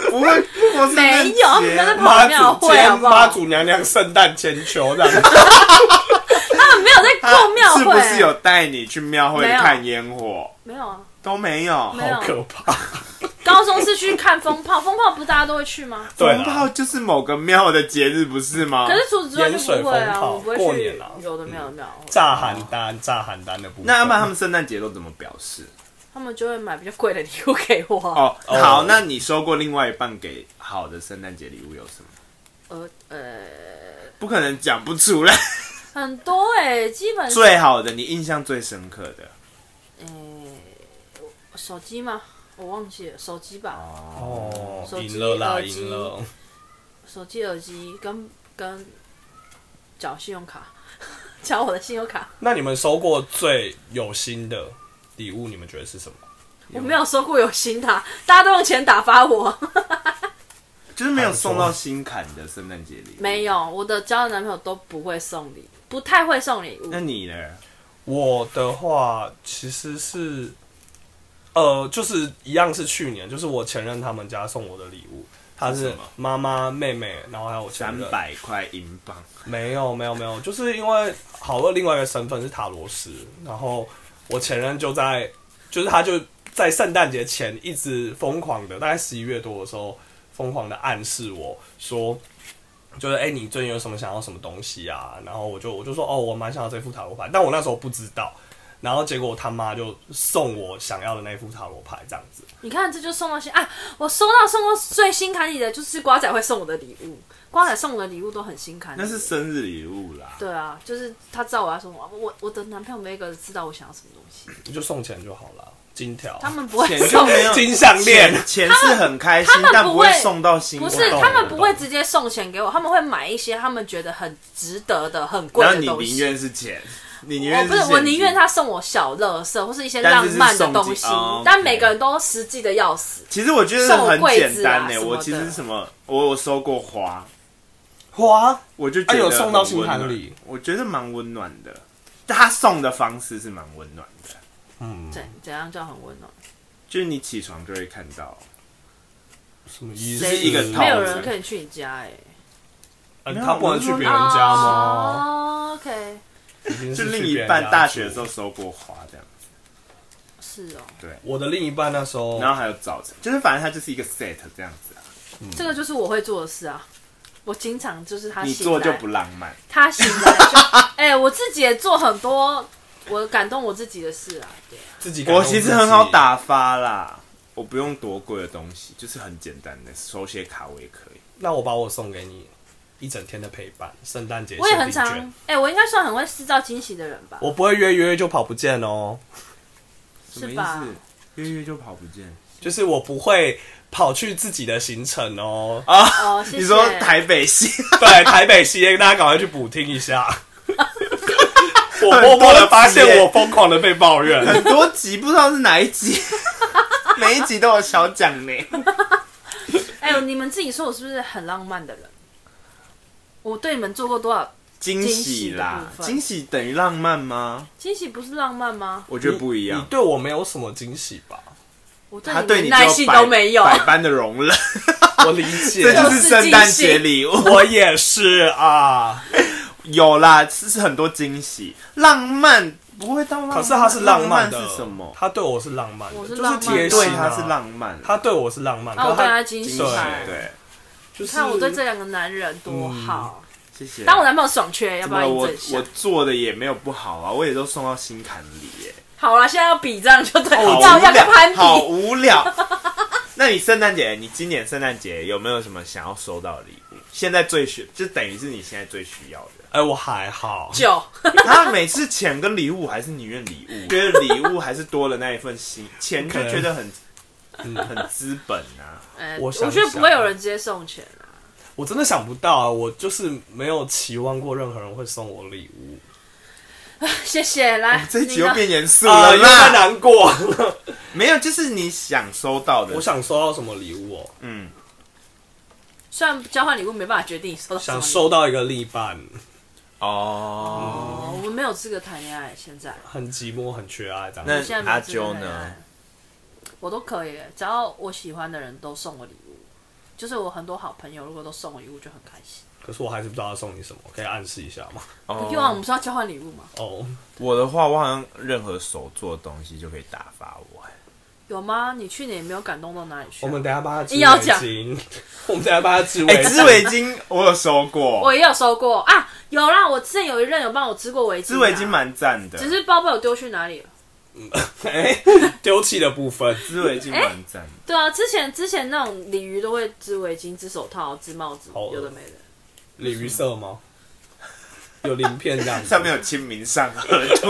不会过圣诞
没
节
有，你们在跑
妈
庙
祖
会好
天，
不
妈
好？
祖娘娘圣诞千秋这样子，
他啊们没有在
他
过庙
是不
会，
是有带你去庙会
没有
看烟火？
没有啊？
都没有。
没有
好可怕。
高中是去看风炮，风炮不是大家都会去吗？
对
风
啦
炮就是某个庙的节日，不是吗
可？是除此之外就不会
啊盐水风
啊，
炮
我不会
过
去
年啊
有的没有的没有，
炸邯郸，炸邯郸的部分。
那要不然他们圣诞节都怎么表示？
他们就会买比较贵的礼物给我啊。
哦，
哦
好，那你收过另外一半给好的圣诞节礼物有什么？
呃呃，
不可能讲不出来。
很多哎，基本
最好的，你印象最深刻的
哎，手机吗？我忘记了，手机吧，
哦，
手机
赢了啦，
耳机
赢了。
手机、耳机跟跟缴信用卡， 缴我的信用卡。
那你们收过最有心的礼物，你们觉得是什么？
我没有收过有心的啊， 大家都用钱打发我。
就是没有送到心坎的圣诞节礼物。
没有，我的交的男朋友都不会送礼，不太会送礼物
那。你呢？
我的话其实是，呃，就是一样是去年，就是我前任他们家送我的礼物，他
是
是
什么
妈妈、妹妹，然后还有我前
三
任。
百块英镑，
没有没有没有，就是因为好乐另外一个身份是塔罗师，然后我前任就在，就是他就在圣诞节前一直疯狂的，大概十一月多的时候疯狂的暗示我说，就是哎、诶你最近有什么想要什么东西啊？然后我就我就说哦，我蛮想要这副塔罗牌，但我那时候不知道，然后结果我他妈就送我想要的那副塔罗牌这样子，
你看，这就送到心啊！我收到送到最心坎里的就是瓜仔会送我的礼物，瓜仔送我的礼物都很心坎里。
那是生日礼物啦。
对啊，就是他知道我要什么，我我的男朋友没有一个人知道我想要什么东西，
你就送钱就好了，金条、
他们不会
钱就
送，
没有
金项链。
钱钱啊是很开心
他们，
但
不
不会
会
送到心
不
坎。
是
懂
他们不
我懂
会直接送钱给我，他们会买一些他们觉得很值得的、很贵
然后
的
你
东
宁
西。
愿是钱，你宁
我
愿
不是，
现
我宁愿
金。
他送我小乐色或是一些
但
浪
是是
漫的
送
东
进
西
哦，
但
OK
每个人都实际的要死。
其实我觉得
送
很
柜
简
子啊
单呢、
什么
我其
的
实什么，我我收过花，
花，
我就觉得
哎啊有送到
很
心
温
坎
暖
里，
我觉得蛮温暖的。他送的方式是蛮温暖的，
嗯，
怎怎样叫很温暖？
就是你起床就会看到，
什么意思？
谁
一个套
没有
子
人可以去你家哎、
呃
没有
他不能去别人家吗？
哦？OK，
已经
就是
去
另
别
一
人
半
家
大学的
住
时候，收过花这样，
是哦，
我的另一半那时候
然后还有早晨，就是反正它就是一个 set 这样子啊，
这个就是我会做的事啊。我经常就是他
你
醒
做
来
就不浪漫，
他醒来就， 哎、我自己也做很多我感动我自己的事啊。对啊，
自己感
我
动自己
其实很好，打发啦，我不用多贵的东西，就是很简单的手写卡我也可以。
那我把我送给你一整天的陪伴，圣诞节
我也
馅
很
饼
常
卷，
哎、我应该算很会制造惊喜的人吧？
我不会约约就跑不见哦，
什么
是
意
吧
思？约约就跑不见。
就是我不会跑去自己的行程哦。
啊
哦，谢谢。
你说台北西，
对，台北系列大家赶快去补听一下。我默默的发现我疯狂的被抱 怨，
很多集不知道是哪一 集，每一集都有小奖呢。
哎、呦，你们自己说我是不是很浪漫的人？我对你们做过多少
惊喜啦，惊
惊喜的
喜
部分
等于浪漫吗？
惊喜不是浪漫吗？
我觉得不一
你
样。
对我没有什么惊喜吧？
我对
他对
连
你
耐
就
心
百
都没有。
百般的容忍，
我理
这
解，
就
就是是
圣诞
惊喜
节礼物。
我也是啊。
有啦，是是很多惊喜，浪漫不会到浪漫。
可是他是浪漫的，
是什么？
他对我是浪漫
我
的，
是
就
浪
是
漫的
贴心
对，
啊。
他是浪漫，
他对我是浪漫，
啊，我
可
对
是
他
他
惊
惊
喜
喜。
对
对，
就是
看我对这两个男人多好，
谢谢。
当我男朋友爽缺，要
嗯怎
不
么了
要
我
印证一下
我？做的也没有不好啊，我也都送到心坎里耶。
好了，现在要比这样就对，
好
了，
无
要要
聊
跟攀，
好
比。
无聊。 那你圣诞节，你今年圣诞节有没有什么想要收到的礼物？现在最需，就等于是你现在最需要的。
哎，我还好，
九，
他每次钱跟礼物还是你愿礼物，觉得礼物还是多了那一份心，钱就觉得很很资本啊。
哎
我
我
想
觉得不
想
会有人直接送钱啊。
我真的想不到啊，我就是没有期望过任何人会送我礼物，
谢谢，来，
哦这一集哦
你
又
呢
变严肃
啊
了
有点
啦，
难过。
没有，就是你想收到的
我，想收到什么礼物哦？
嗯，
虽然交换礼物没办法决定你收到什
想
么礼物，
收到一个另一半，
哦，
哦，我们没有资格谈恋爱，现在
很寂寞，很缺爱这样。
那
现在没
阿
有资格
啾
谈恋
呢
爱？。我都可以，只要我喜欢的人都送我礼物，就是我很多好朋友如果都送我礼物就很开心。
可是我还是不知道要送你什么，可以暗示一下吗？
哦
因为我们是要交换礼物嘛，
哦，
我的话，我好像任何手做的东西就可以打发我。哎
有吗？你去年也没有感动到哪里去
我
啊、
们等一下帮他织
硬要
围
讲
巾， 我们等一下帮他织围
哎、织
巾。
围巾我有收过，
我也有收过啊，有啦，我之前有一任有帮我织过围巾、啊，
织围巾，蛮赞的，
只是啊包包有丢去哪里了？
哎，丢弃的部分，
织围巾蛮赞的。
对啊，之前之前那种鲤鱼都会织围巾、织手套、织帽子，
好恶
有的没的。
鲤鱼色吗？有鳞片这样子，
上面有清明上河图，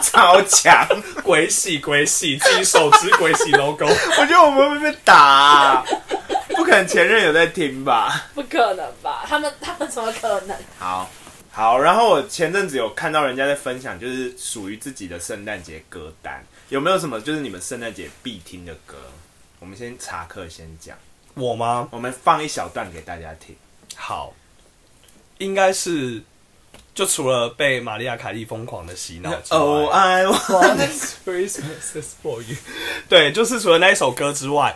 超强！
鬼洗鬼洗，自己手织鬼洗 logo。
我觉得我们会被打、啊，不可能前任有在听吧？
不可能吧？他们他们怎么可能？
好。好，然后我前阵子有看到人家在分享，就是属于自己的圣诞节歌单，有没有什么就是你们圣诞节必听的歌？我们先查课先讲，
我吗？
我们放一小段给大家听。
好，应该是就除了被玛利亚凯莉疯狂的洗脑之外
I want
Christmas is for you。对， 就是除了那一首歌之外，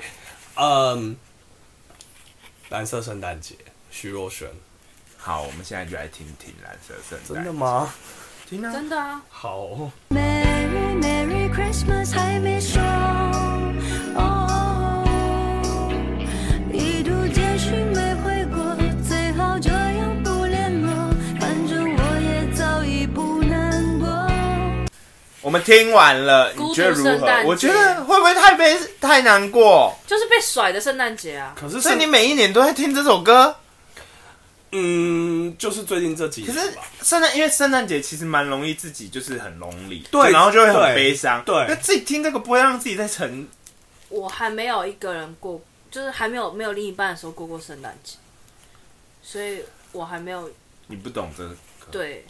嗯，蓝色圣诞节，徐若瑄，
好，我们现在就来听听蓝色圣诞。
真的？吗？
听啊！
真的啊，
好，
Merry, Merry Christmas，还没说。哦，一度简讯没回过，最好这样不联络，反正我也早已不难过。
我们听完了，
孤独
你觉得如
圣诞
何？
节
我觉得会不会太悲太难过？
就是被甩的圣诞节啊。
可是
所以
是
你每一年都在听这首歌，
嗯，就是最近这几
可
年
是
吧。
圣诞因为圣诞节其实蛮容易自己就是很 lonely，
对
然后就会很
对
悲伤，
对
那自己听这个不会让自己在沉，
我还没有一个人过，就是还没有没有另一半的时候过过圣诞节，所以我还没有
你不懂这个歌，
对。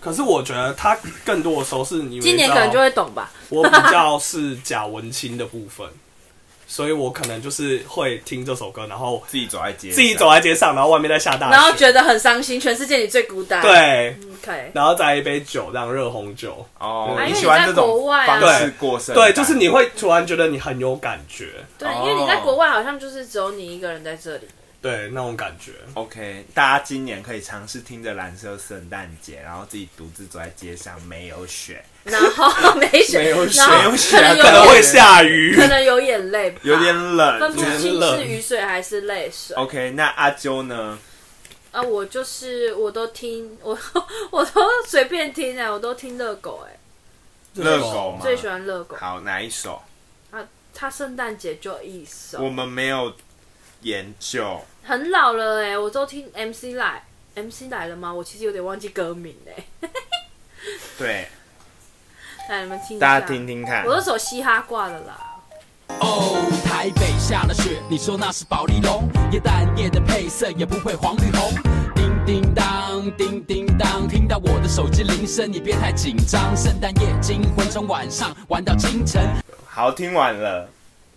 可是我觉得他更多的时候是你们
今年
知
可
道
能就会懂吧。
我比较是假文青的部分， 所以我可能就是会听这首歌，然后
自己走在街，
自己走，在街上，然后外面在下大雪，
然后觉得很伤心，全世界你最孤单。
对，
，OK。
然后再一杯酒，这样热红酒，
哦，
啊
你
因为
喜欢
你在
这种
国外啊
方式过圣诞，
对，就是你会突然觉得你很有感觉，
对，
哦
因为你在国外好像就是只有你一个人在这里。
对那种感觉。
OK，大家今年可以尝试听着蓝色圣诞节，然后自己独自走在街上，没有雪，
然 后没雪，
没有雪
然
没有
后
雪
可能
啊，
有
可能会下雨
可能有眼泪吧，
有点
分
冷。
不
就是
有点哦
清
冷
是雨水还是泪水。
OK，那阿啾呢？
啊，我就是我都听，我 我都随便听哎、我都听热狗哎、
热狗吗？
最喜欢热狗。
好，哪一首？
他圣诞节就一首
我，们没有研究。
很老了哎、我都听 MC 来，MC 来了吗？我其实有点忘记歌名哎、
对，
来你们听一下，
大家听，听看
我。都走嘻哈挂的啦。
哦，台北下了雪，你说那是宝丽龙？椰蛋液的配色也不会黄绿红。叮叮当，叮叮当，听到我的手机铃声，你别太紧张。圣诞夜惊魂，从晚上玩到清晨。
好，听完了，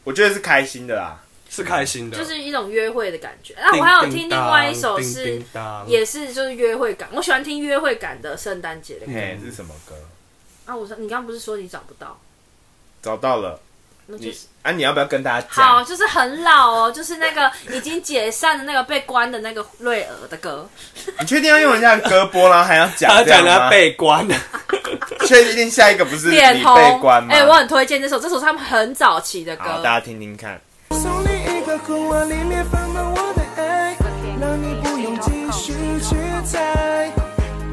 我觉得是开心的啦。
是开心的，
就是一种约会的感觉。啊，
叮
我还有
叮
听另
当
外一首
叮
是
叮，当
也是就是约会感，我喜欢听约会感的圣诞节的歌。
嘿，是什么歌？
啊，我说你刚刚不是说你找不到，
找到了，
那就
你
是
啊，你要不要跟大家
好，
讲？
就是很老哦，就是那个已经解散的那个被关的那个瑞尔的歌。
你确定要用人家的歌播，然后还要讲
他
这样
讲
吗
他？被关了，
确定下一个不是你
脸红
被关，吗？
哎、我很推荐这首，这首是他们很早期的歌。
好，大家听听看。
送你一个空碗，里面放满我的爱，让你不用继续去猜，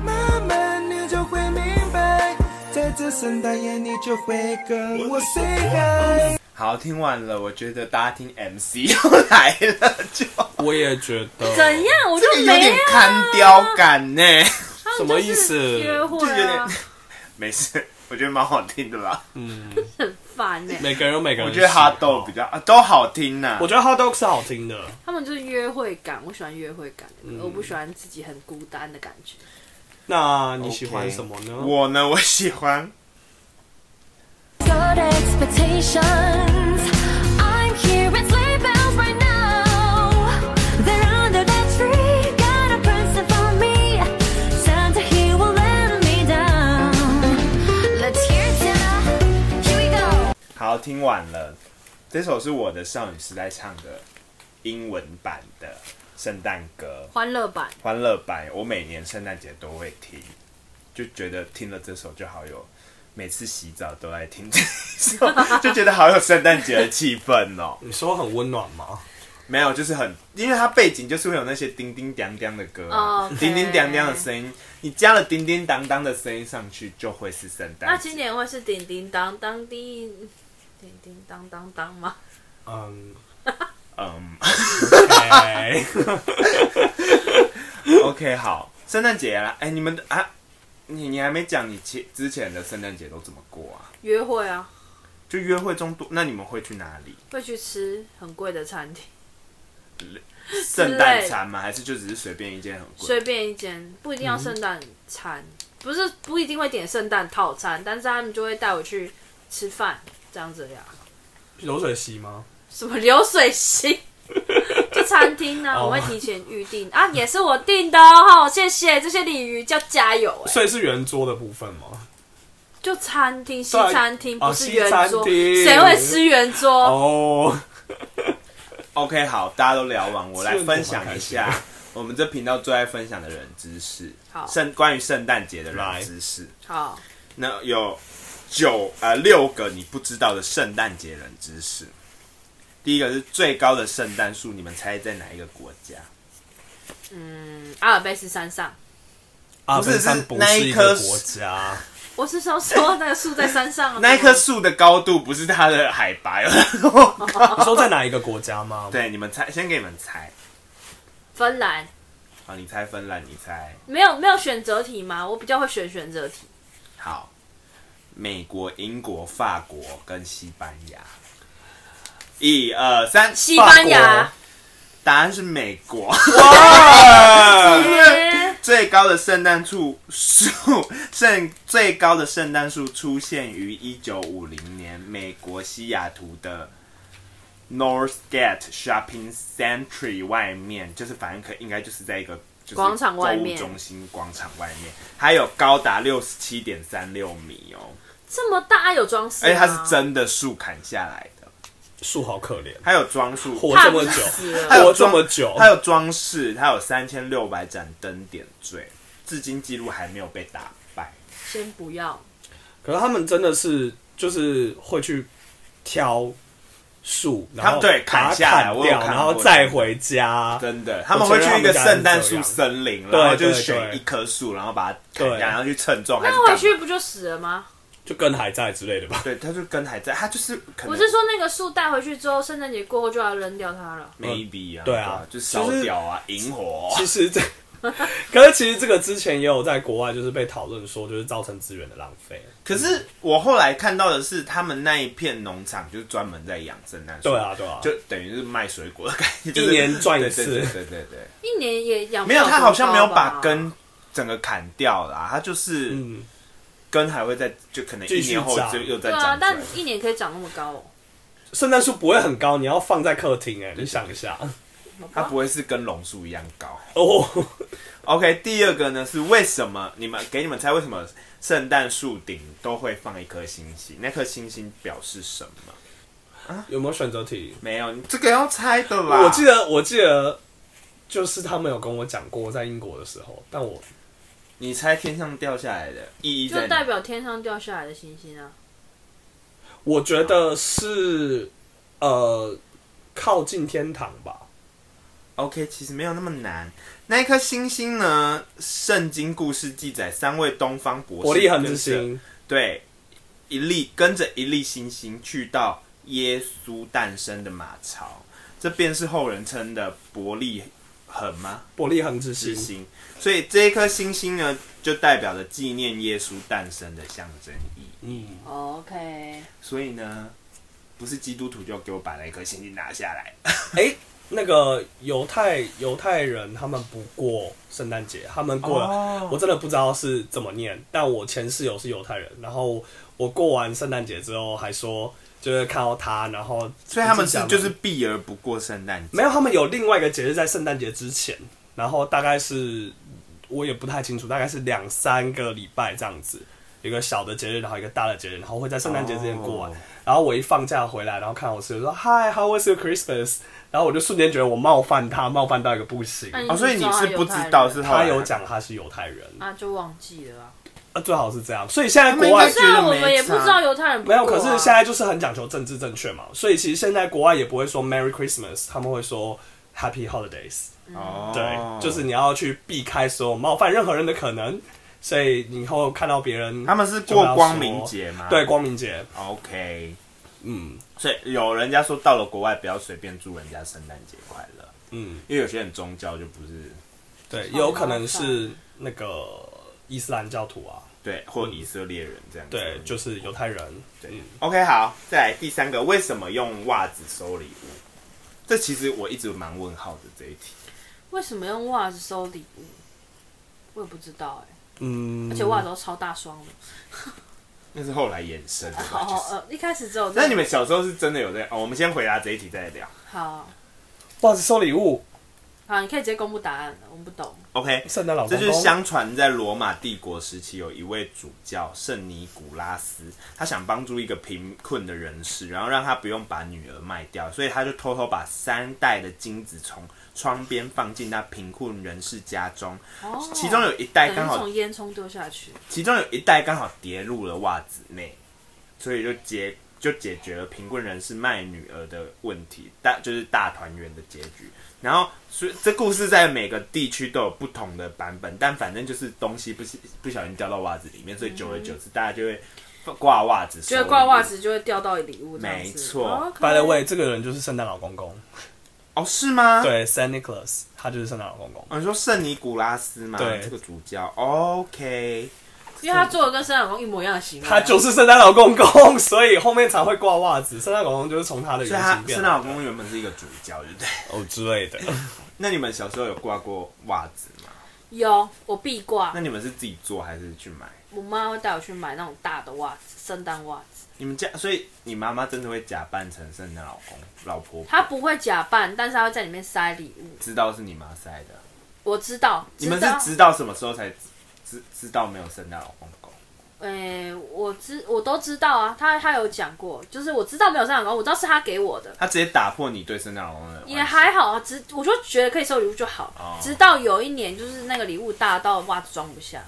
慢慢你就会明白，在这圣诞夜你就会跟我 say hi。
好，听完了，我觉得大家听 MC 又来了，就
我也觉得
怎样？我就
这个有
没
点
啊
看雕感
哦
呢。
什么意思？
约会
就有点
啊，
没事，我觉得蛮好听的啦。
很烦哎、
每个人有每个人，
我觉得哈豆比，较啊都好听呐
我。觉得哈豆是好听的，
他们就是约会感，我喜欢约会感的歌，我不喜欢自己很孤单的感觉。
那你喜欢什么呢？
我呢，我喜欢
Got expectations. I'm here at sleigh bells right now. They're under that tree. Got a present for me. Santa he will let me down. Let's hear it tonight. Here we go.
好听完了，这首是我的少女时代唱的英文版的圣诞歌，
欢乐版，
欢乐版。我每年圣诞节都会听，就觉得听了这首就好有，每次洗澡都爱听这 首，就觉得好有圣诞节的气氛哦。
你说很温暖吗？
没有，就是很，因为它背景就是会有那些叮叮当当的歌啊、
哦 OK
叮叮当当的声音，你加了叮叮当当的声音上去，就会是圣
那
诞
今
节。
年会是叮叮当当叮，叮叮当当当吗？
嗯
嗯
哎
，OK，好，圣诞节啦，哎、你们的啊，你你还没讲你前之前的圣诞节都怎么过啊？
约会啊，
就约会中度，那你们会去哪里？
会去吃很贵的餐厅，
圣诞餐吗？还是就只是随便一间很贵？
随便一间，不一定要圣诞餐，不是不一定会点圣诞套餐，但是他们就会带我去吃饭，这样子呀。
流水席吗？
什么流水 席？就餐厅呢、
哦
我会提前预定啊，也是我订的哦，谢谢这些鲤鱼叫加油哎、
所以是圆桌的部分吗？
就餐厅西
啊
对
餐厅
哦
不是圆桌，
西餐厅
谁会吃圆桌？
哦，
OK，好，大家都聊完，我来分享一
这
下
个我蛮
我们这频道最爱分享的人知识，
好
圣关于圣诞节的
来
人知识。
好，
那有九呃六个你不知道的圣诞节人知识。第一个是最高的圣诞树，你们猜在哪一个国家？
嗯，阿尔卑斯山上，
阿
不是
本山
是
不
那
啊是
一
一
棵
个国 家，
我是说说那个树在山上啊
那一棵树的高度不是它的海拔，
你说在哪一个国家 吗？
对，你们猜，先给你们猜。
芬兰
好，你猜芬兰，你猜
没有没有选择题吗？我比较会选选择题，
好。美国、英国、法国跟西班牙。一二三，
西班牙
法。
答案是美国。哎
耶
最高的圣诞树树圣 最高的圣诞树出现于一九五零年美国西雅图的 Northgate Shopping Century 外面，就是反正可应该就是在一个就是
广场外面
购物中心广场外面，还有高达六十七点三六米哦，
这么大有装饰
而
吗，啊
且哎它是真的树砍下来的，
树好可怜，
还有装树，
活
怕
这么久
死了，
活这么久，
它有装饰，它有三千六百盏灯点缀，至今记录还没有被打败。
先不要，
可是他们真的是就是会去挑树，然
他们
后
对
把它
砍下来
砍
我有
掉，
看
然后
过
再回家。
真的，他们会去一个圣诞树森林，
对
然后就是
对
选
对
一棵树，然后把它砍掉，
对
然后去称重还是
那回
干嘛？
去不就死了吗？
就跟还在之类的吧。
对，他就跟还在，他就是可能
我是说那个树带回去之后，圣诞节过后就要扔掉它了。
maybe 啊，
对啊
就烧掉啊，引火
其实这， 可是其实这个之前也有在国外就是被讨论说，就是造成资源的浪费。
可是我后来看到的是，他们那一片农场就是专门在养圣诞树，
对啊，对啊，
就等于是卖水果的感觉，就是
一年赚一次
对对对对 对对
一年也养不
没有，
了
他好像没有
多高吧
把根整个砍掉啦，他就是
嗯，
根还会在，就可能一
继续
年后
长
就又再
对
长
啊，
出来
但一年可以长那么高哦。
圣诞树不会很高，你要放在客厅哎、你想一下
它不会是跟榕树一样高。
哦。
OK，第二个呢是为什么你们给你们猜为什么圣诞树顶都会放一颗星星？那颗星星表示什么？
有没有选择题？
没有，你这个要猜的啦。
我记得，我记得，就是他们有跟我讲过，在英国的时候，但我
你猜天上掉下来的意义在
就
哪
代？表天上掉下来的星星啊。
我觉得是呃靠近天堂吧。
OK，其实没有那么难。那一颗星星呢？圣经故事记载，三位东方博士
伯利恒之
跟着，
星，
对，一粒跟着一粒星星去到耶稣诞生的马槽，这便是后人称的伯利恒吗？
伯利恒之
之
星，
星。所以这一颗星星呢，就代表着纪念耶稣诞生的象征意义。
嗯，
OK，
所以呢，不是基督徒就给我把那一颗星星拿下来。
哎、那个犹太犹太人他们不过圣诞节，他们过了，
哦
我真的不知道是怎么念，但我前室友是犹太人，然后我过完圣诞节之后还说，就是看到他，然后
所以他们
讲
是就是避而不过圣诞节。
没有，他们有另外一个节日在圣诞节之前，然后大概是我也不太清楚，大概是两三个礼拜这样子，有一个小的节日，然后一个大的节日，然后会在圣诞节之前过完。
哦
然后我一放假回来，然后看我室友说：“Hi，how was your Christmas？” 然后我就瞬间觉得我冒犯他，冒犯到一个不行。
那
哦，所以你是不知道是后来
他有讲他是犹太人，
啊，就忘记了啊。
啊，最好是这样。所以现在
他们
国外
应该
虽然我们也不知道犹太人不
没
过啊
有，可是现在就是很讲求政治正确嘛，所以其实现在国外也不会说 Merry Christmas，他们会说 Happy Holidays。
哦，
对，就是你要去避开所有冒犯任何人的可能，所以你以后看到别人，
他们是过光明节吗？
对光明节，
，OK。
嗯
所以有人家说到了国外不要随便祝人家圣诞节快乐，
嗯，
因为有些人宗教就不是
对，也有可能是那个伊斯兰教徒啊，
对，或以色列人这样子。
对，就是犹太人，
嗯对
嗯
OK，好，再来第三个，为什么用袜子收礼物？这其实我一直蛮问号的这一题。
为什么用袜子收礼物？我也不知道哎、
嗯，
而且袜子都超大双的。
嗯那是后来衍生的吧。就
哦
是
呃，一开始只有这
那你们小时候是真的有在哦？我们先回答这一题再聊。
好
袜子收礼物，
好，你可以直接公布答案了，我们不懂。
OK，
圣诞老
这
公
就是
公，
嗯
相传在罗马帝国时期，有一位主教圣尼古拉斯，他想帮助一个贫困的人士，然后让他不用把女儿卖掉，所以他就偷偷把三袋的金子从窗边放进那贫困人士家中，
哦，
其中有一袋
等
哎刚
于
好
从烟囱丢下去，
其中有一袋刚好跌入了袜子内，所以就解就解决了贫困人士卖女儿的问题，大就是大团圆的结局。然后，所以这故事在每个地区都有不同的版本，但反正就是东西不是不小心掉到袜子里面，所以久而久之，大家就会挂袜子，
就会挂袜。子就会掉到礼物这样子。哦
没错
OK
By the way，这个人就是圣诞老公公，
哦，是吗？。
对，Saint Nicholas，他就是圣诞老公公。
哦、你说圣尼古拉斯吗？
对
这个主教。OK，
因为他做的跟生老公一模一样的行为啊，
他就是圣诞老公公，所以后面才会挂袜子。圣诞老公公就是从他的
所以
原
他
型变
圣
来的，
诞老公原本是一个主教，对不对？
哦之类的。
那你们小时候有挂过袜子吗？
有我必挂
那，你们是自己做还是去买？
我妈会带我去买那种大的袜子，圣诞袜子。
你们家，所以你妈妈真的会假扮成圣诞老公、老婆婆，
她不会假扮，但是她会在里面塞礼物。
知道是你妈塞的。
我知道，
你们
知道
是直到什么时候才知知知道没有圣诞老公公？
诶、我知我都知道啊，他他有讲过，就是我知道没有上海公，我知道是他给我的，
他直接打破你对圣诞老公的
也还好啊，只我就觉得可以收礼物就好。
哦
直到有一年，就是那个礼物大到袜子装不下，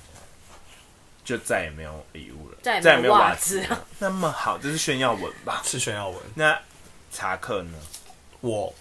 就再也没有礼物了，
再也没有
也没有
袜
子
子
了。那么好， 这是炫耀文吧？
是炫耀文。
那查克呢？
我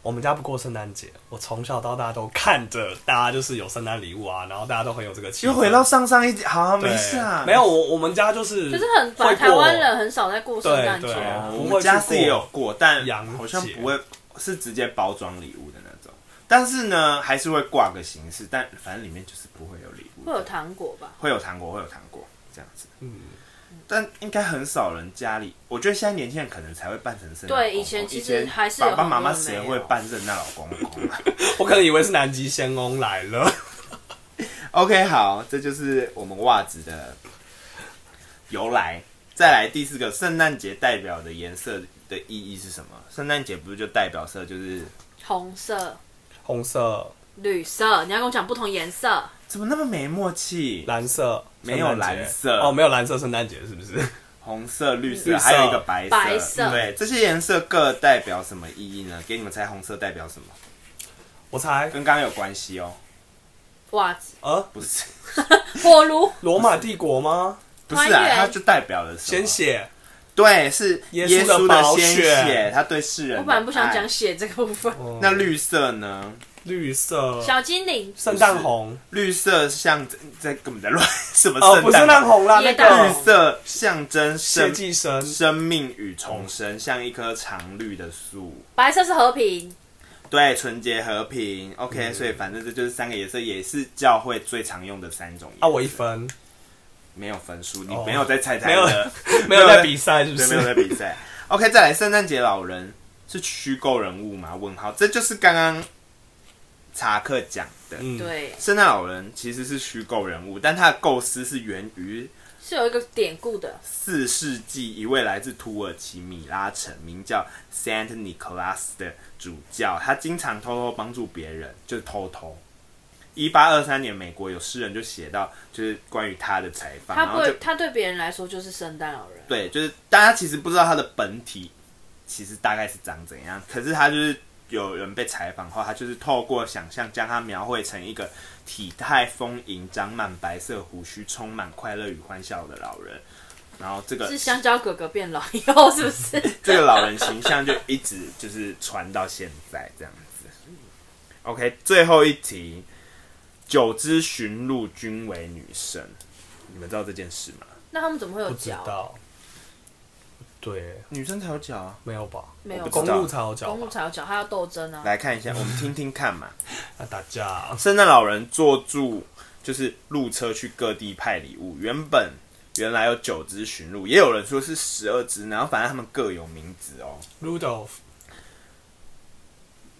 我们家不过圣诞节，我从小到大都看着大家就是有圣诞礼物啊，然后大家都很有这个气氛。
又回到上上一集，好、
对
没事啊，
没有我我们家就是
就是很反
会
台湾
过
人很少在过圣诞节
对对
哦
啊，
不
我
会
们家
去
是也
过
有过，但
洋
好像
节
不会是直接包装礼物的那种。但是呢，还是会挂个形式，但反正里面就是不会有礼物
会，有糖果吧？
会有糖果，会有糖果这样子。嗯，但应该很少人家里，我觉得现在年轻人可能才会扮成圣诞老公公。
对以前其实还是有
哦爸爸妈妈
很多
谁
人没
会
有
扮圣诞老公公、啊、
我可能以为是南极仙翁来了，
？OK，好，这就是我们袜子的由来。再来第四个，圣诞节代表的颜色的意义是什么？圣诞节不是就代表色就是
红色、
红色、
绿色，你要跟我讲不同颜色。
怎么那么没默契？
蓝色，
没有
圣诞节
蓝色
哦，没有蓝色圣诞节是不是？
红色、绿
绿
色，
色
还有一个白色。嗯
白色
对，这些颜色各代表什么意义呢？给你们猜，红色代表什么？
我猜，
跟刚刚有关系哦，
袜子、
呃，
不 是，
火炉、
罗马帝国吗？
不是
团
啊，
圆
它就代表了什么
鲜血，
对，是
耶
耶
稣
稣
的
的
宝
鲜
血
血，他对世人。
我本来不想讲。血这个部分。
那绿色呢？
绿色，
小精灵
圣诞红，
绿色象征这根本在乱 什么
哦，
圣
不是
诞
烂红啦，那
耶诞
绿
个
红
色象征
谢
生
济生，
生命与重生，像一棵常绿的树。
白色是和平，
对，纯洁和平。OK，、所以
嗯
反正这就是三个颜色，也是教会最常用的三种颜色。
啊，我一分，
没有分数，你
哦
没有在猜猜
没有
的，
没有在比赛是不
对，没有在
是？
比赛。OK，再来，圣诞节老人是虚构人物吗？问号，这就是刚刚查克讲的。
嗯，
对，
圣诞老人其实是虚构人物，但他的构思是源于
是有一个典故的。
四世纪一位来自土耳其米拉城，名叫 Saint Nicholas 的主教，他经常偷偷帮助别人，就是偷偷。一八二三年，美国有诗人就写到，就是关于他的采访，
他
然
不
后就
会，他对别人来说就是圣诞老人。
对，就是大家其实不知道他的本体其实大概是长怎样，可是他就是有人被采访后，他就是透过想象将他描绘成一个体态丰盈、长满白色胡须、充满快乐与欢笑的老人。然后这个
是香蕉哥哥变老以后，是不是？
这个老人形象就一直就是传到现在这样子。OK，最后一题，九支驯鹿均为女生，你们知道这件事吗？
那他们怎么会有
不知
脚？
道，对，
女生才有脚啊。
没有吧？
没有
我不
公
知
吧，
道
路才有脚
公路
吧？
才有脚，还要斗争啊。
来看一下，我们听听看嘛。
啊，打架，
圣诞老人坐住就是路车去各地派礼物，原本原来有九只驯鹿，也有人说是十二只，然后反正他们各有名字哦。
Rudolph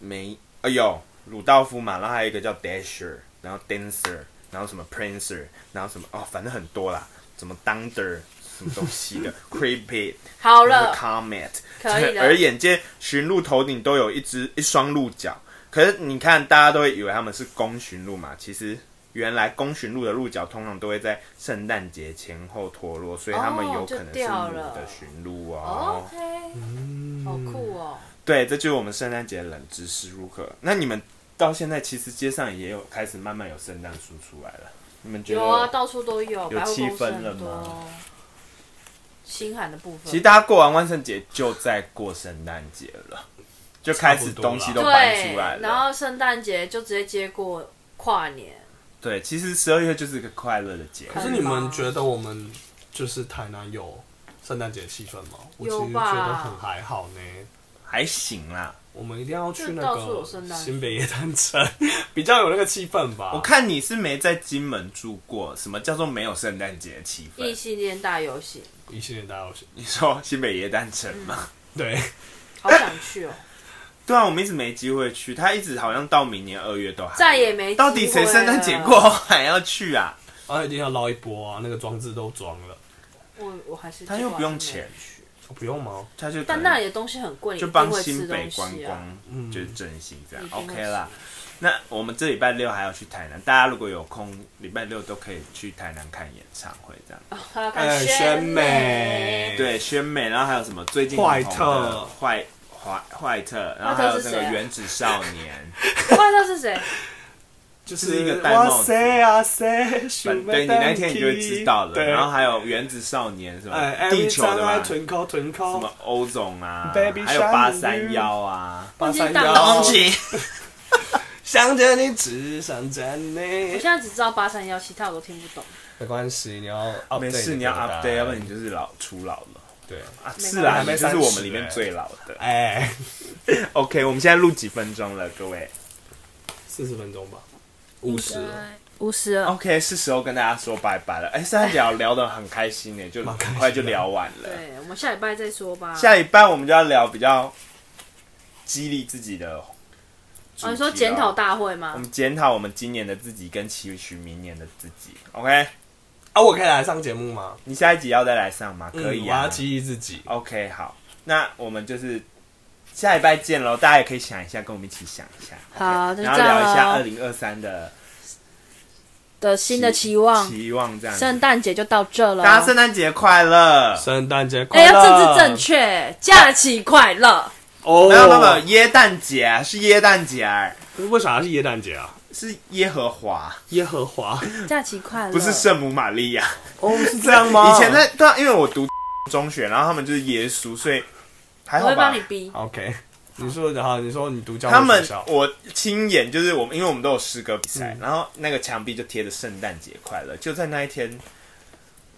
没，哎呦，鲁道夫嘛，然后还有一个叫 Dasher，然后 Dancer，然后什么 Prancer，然后什么哦，反正很多啦，什么 Thunder 什么东西 的 Cupid，
好
然后
了，
Comet，
可以了
而眼见驯鹿头顶都有一只一双鹿角，可是你看，大家都会以为它们是公驯鹿嘛，其实。原来公驯鹿的鹿角通常都会在圣诞节前后脱落，所以它们
哦
有
就
可能是
掉
母
了
的驯鹿哦
OK，好酷
嗯
哦。
对，这就是我们圣诞节冷知识如何。那你们到现在其实街上也有开始慢慢有圣诞树出来了，你们觉得？
有啊，到处都有，
有
百货
气
公司
氛了
很多
吗。
心寒的部分，
其实大家过完万圣节就在过圣诞节了，就开始东西都搬
对
出来，了。
然后圣诞节就直接接过跨年，
对，其实十二月就是一个快乐的节
可
日。
是你们觉得我们就是台南有圣诞节气氛吗？我其实
有
觉
吧
得很还好呢。
还行啦。
我们一定要去那
就到处有圣
个
诞
新北夜诞城，比较有那个气氛
啊
吧。
我看你是没在金门住过，什么叫做没有圣诞节的气
异
氛？
性恋大游行，
一系列大游行，
你说新北耶诞城
嗯
吗？
对，
好想去哦。
对啊，我们一直没机会去，他一直好像到明年二月都还
再也没机会了啊
到底谁圣诞节过后还要去啊？
啊，一定要捞一波啊！那个装置都装了，
我我还是
他又不用钱
去，
哦不用吗？
他就可
但
能
那里的东西很贵，你
就
一定
帮
会吃
新北
东
观
西啊。
光，
嗯
就是振兴这样
一定会
，OK 啦。那我们这礼拜六还要去台南，大家如果有空，礼拜六都可以去台南看演唱会这样。
哦还要看
宣
宣
美
美，
对，宣美，然后还有什么最近很红的坏坏坏特，然后还有那
啊
个原子少 年，
不知道是谁，
就
就
是一个戴帽子
哇塞啊塞，
反对你那天你就会知道了。
对，
然后还有原子少年什么
哎，
地球的嘛，什
臀扣臀扣，
么欧总啊，
Baby
还有
Shark
八三幺啊，
八三
忘记
幺
打
东西。
想着你，只想着
我
你
现。在只知道八三幺，其他我都听不懂。
没关系，你要 update
没事，
的
你要
歌单
update，要不然你就是老初老了。
对。
啊，
没
是啦，
关系
你就是我们里面最老的。
哎，
OK，我们现在录几分钟了，各位
四十分钟吧，五十，
五十
哦
二，
？OK，是时候跟大家说拜拜了。哎、圣诞节聊聊得很开心呢，就
蛮开
很
心的
快就聊完了。
对，啊我们下礼拜再说吧。
下礼拜我们就要聊比较激励自己的主题咯。
哦，你说检讨大会
我
吗？
们检讨我们今年的自己，跟期许明年的自己。OK，
啊，我可以来上节目吗？
你下一集要再来上吗？可以
嗯我
啊
要。激励自己。
OK，好，那我们就是下礼拜见喽，大家也可以想一下，跟我们一起想一下，
好，就
然
这
后聊一下
样
二
了。
零二三的
的新的期望，
期望这样子。
嗯
哦
圣诞节就到这了。
大家圣诞节快乐！
圣诞节快
哎，
乐！
要政治正确，假期快乐。
哦，
没有没有没有，耶诞节啊是耶诞节啊，
有，为啥是耶诞节啊？
是耶和华，
耶 和华
假期快乐，
嗯不是圣母玛利亚。
哦，是这样吗？
以前在对啊，因为我读中学，然后他们就是耶稣，所以还
我
好
会
吧
帮你。逼。
OK，你说然后你说你读教
他
会
们
学校，
我亲眼就是我们，因为我们都有诗歌比赛，
嗯
然后那个墙壁就贴着“圣诞节快乐”，就在那一天，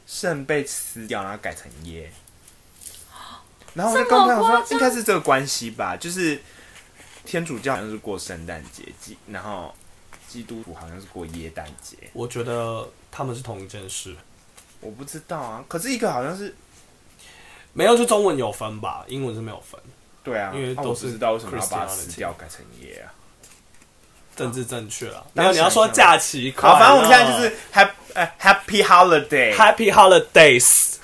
圣被撕掉，然后改成耶。然后我就跟我朋友
这么夸
说，
张
应该是这个关系吧，就是天主教好像是过圣诞节，基然后基督徒好像是过耶诞节，
我觉得他们是同一件事，
我不知道啊。可是一个好像是
没有就中文有分吧，英文是没有分。
对啊，
因为
啊
都
我不
是
知道为什么要把它
Christianity
撕掉改成耶啊。
政治正确啊，
当
然后你要说
想一下
假期快乐，
好，反正我们现在就是 happy 呃 happy holiday，OK，、
Happy Holidays，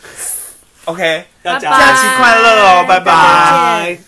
OK，
要
拜拜
假期快乐哦，拜
拜
拜。
再见
拜。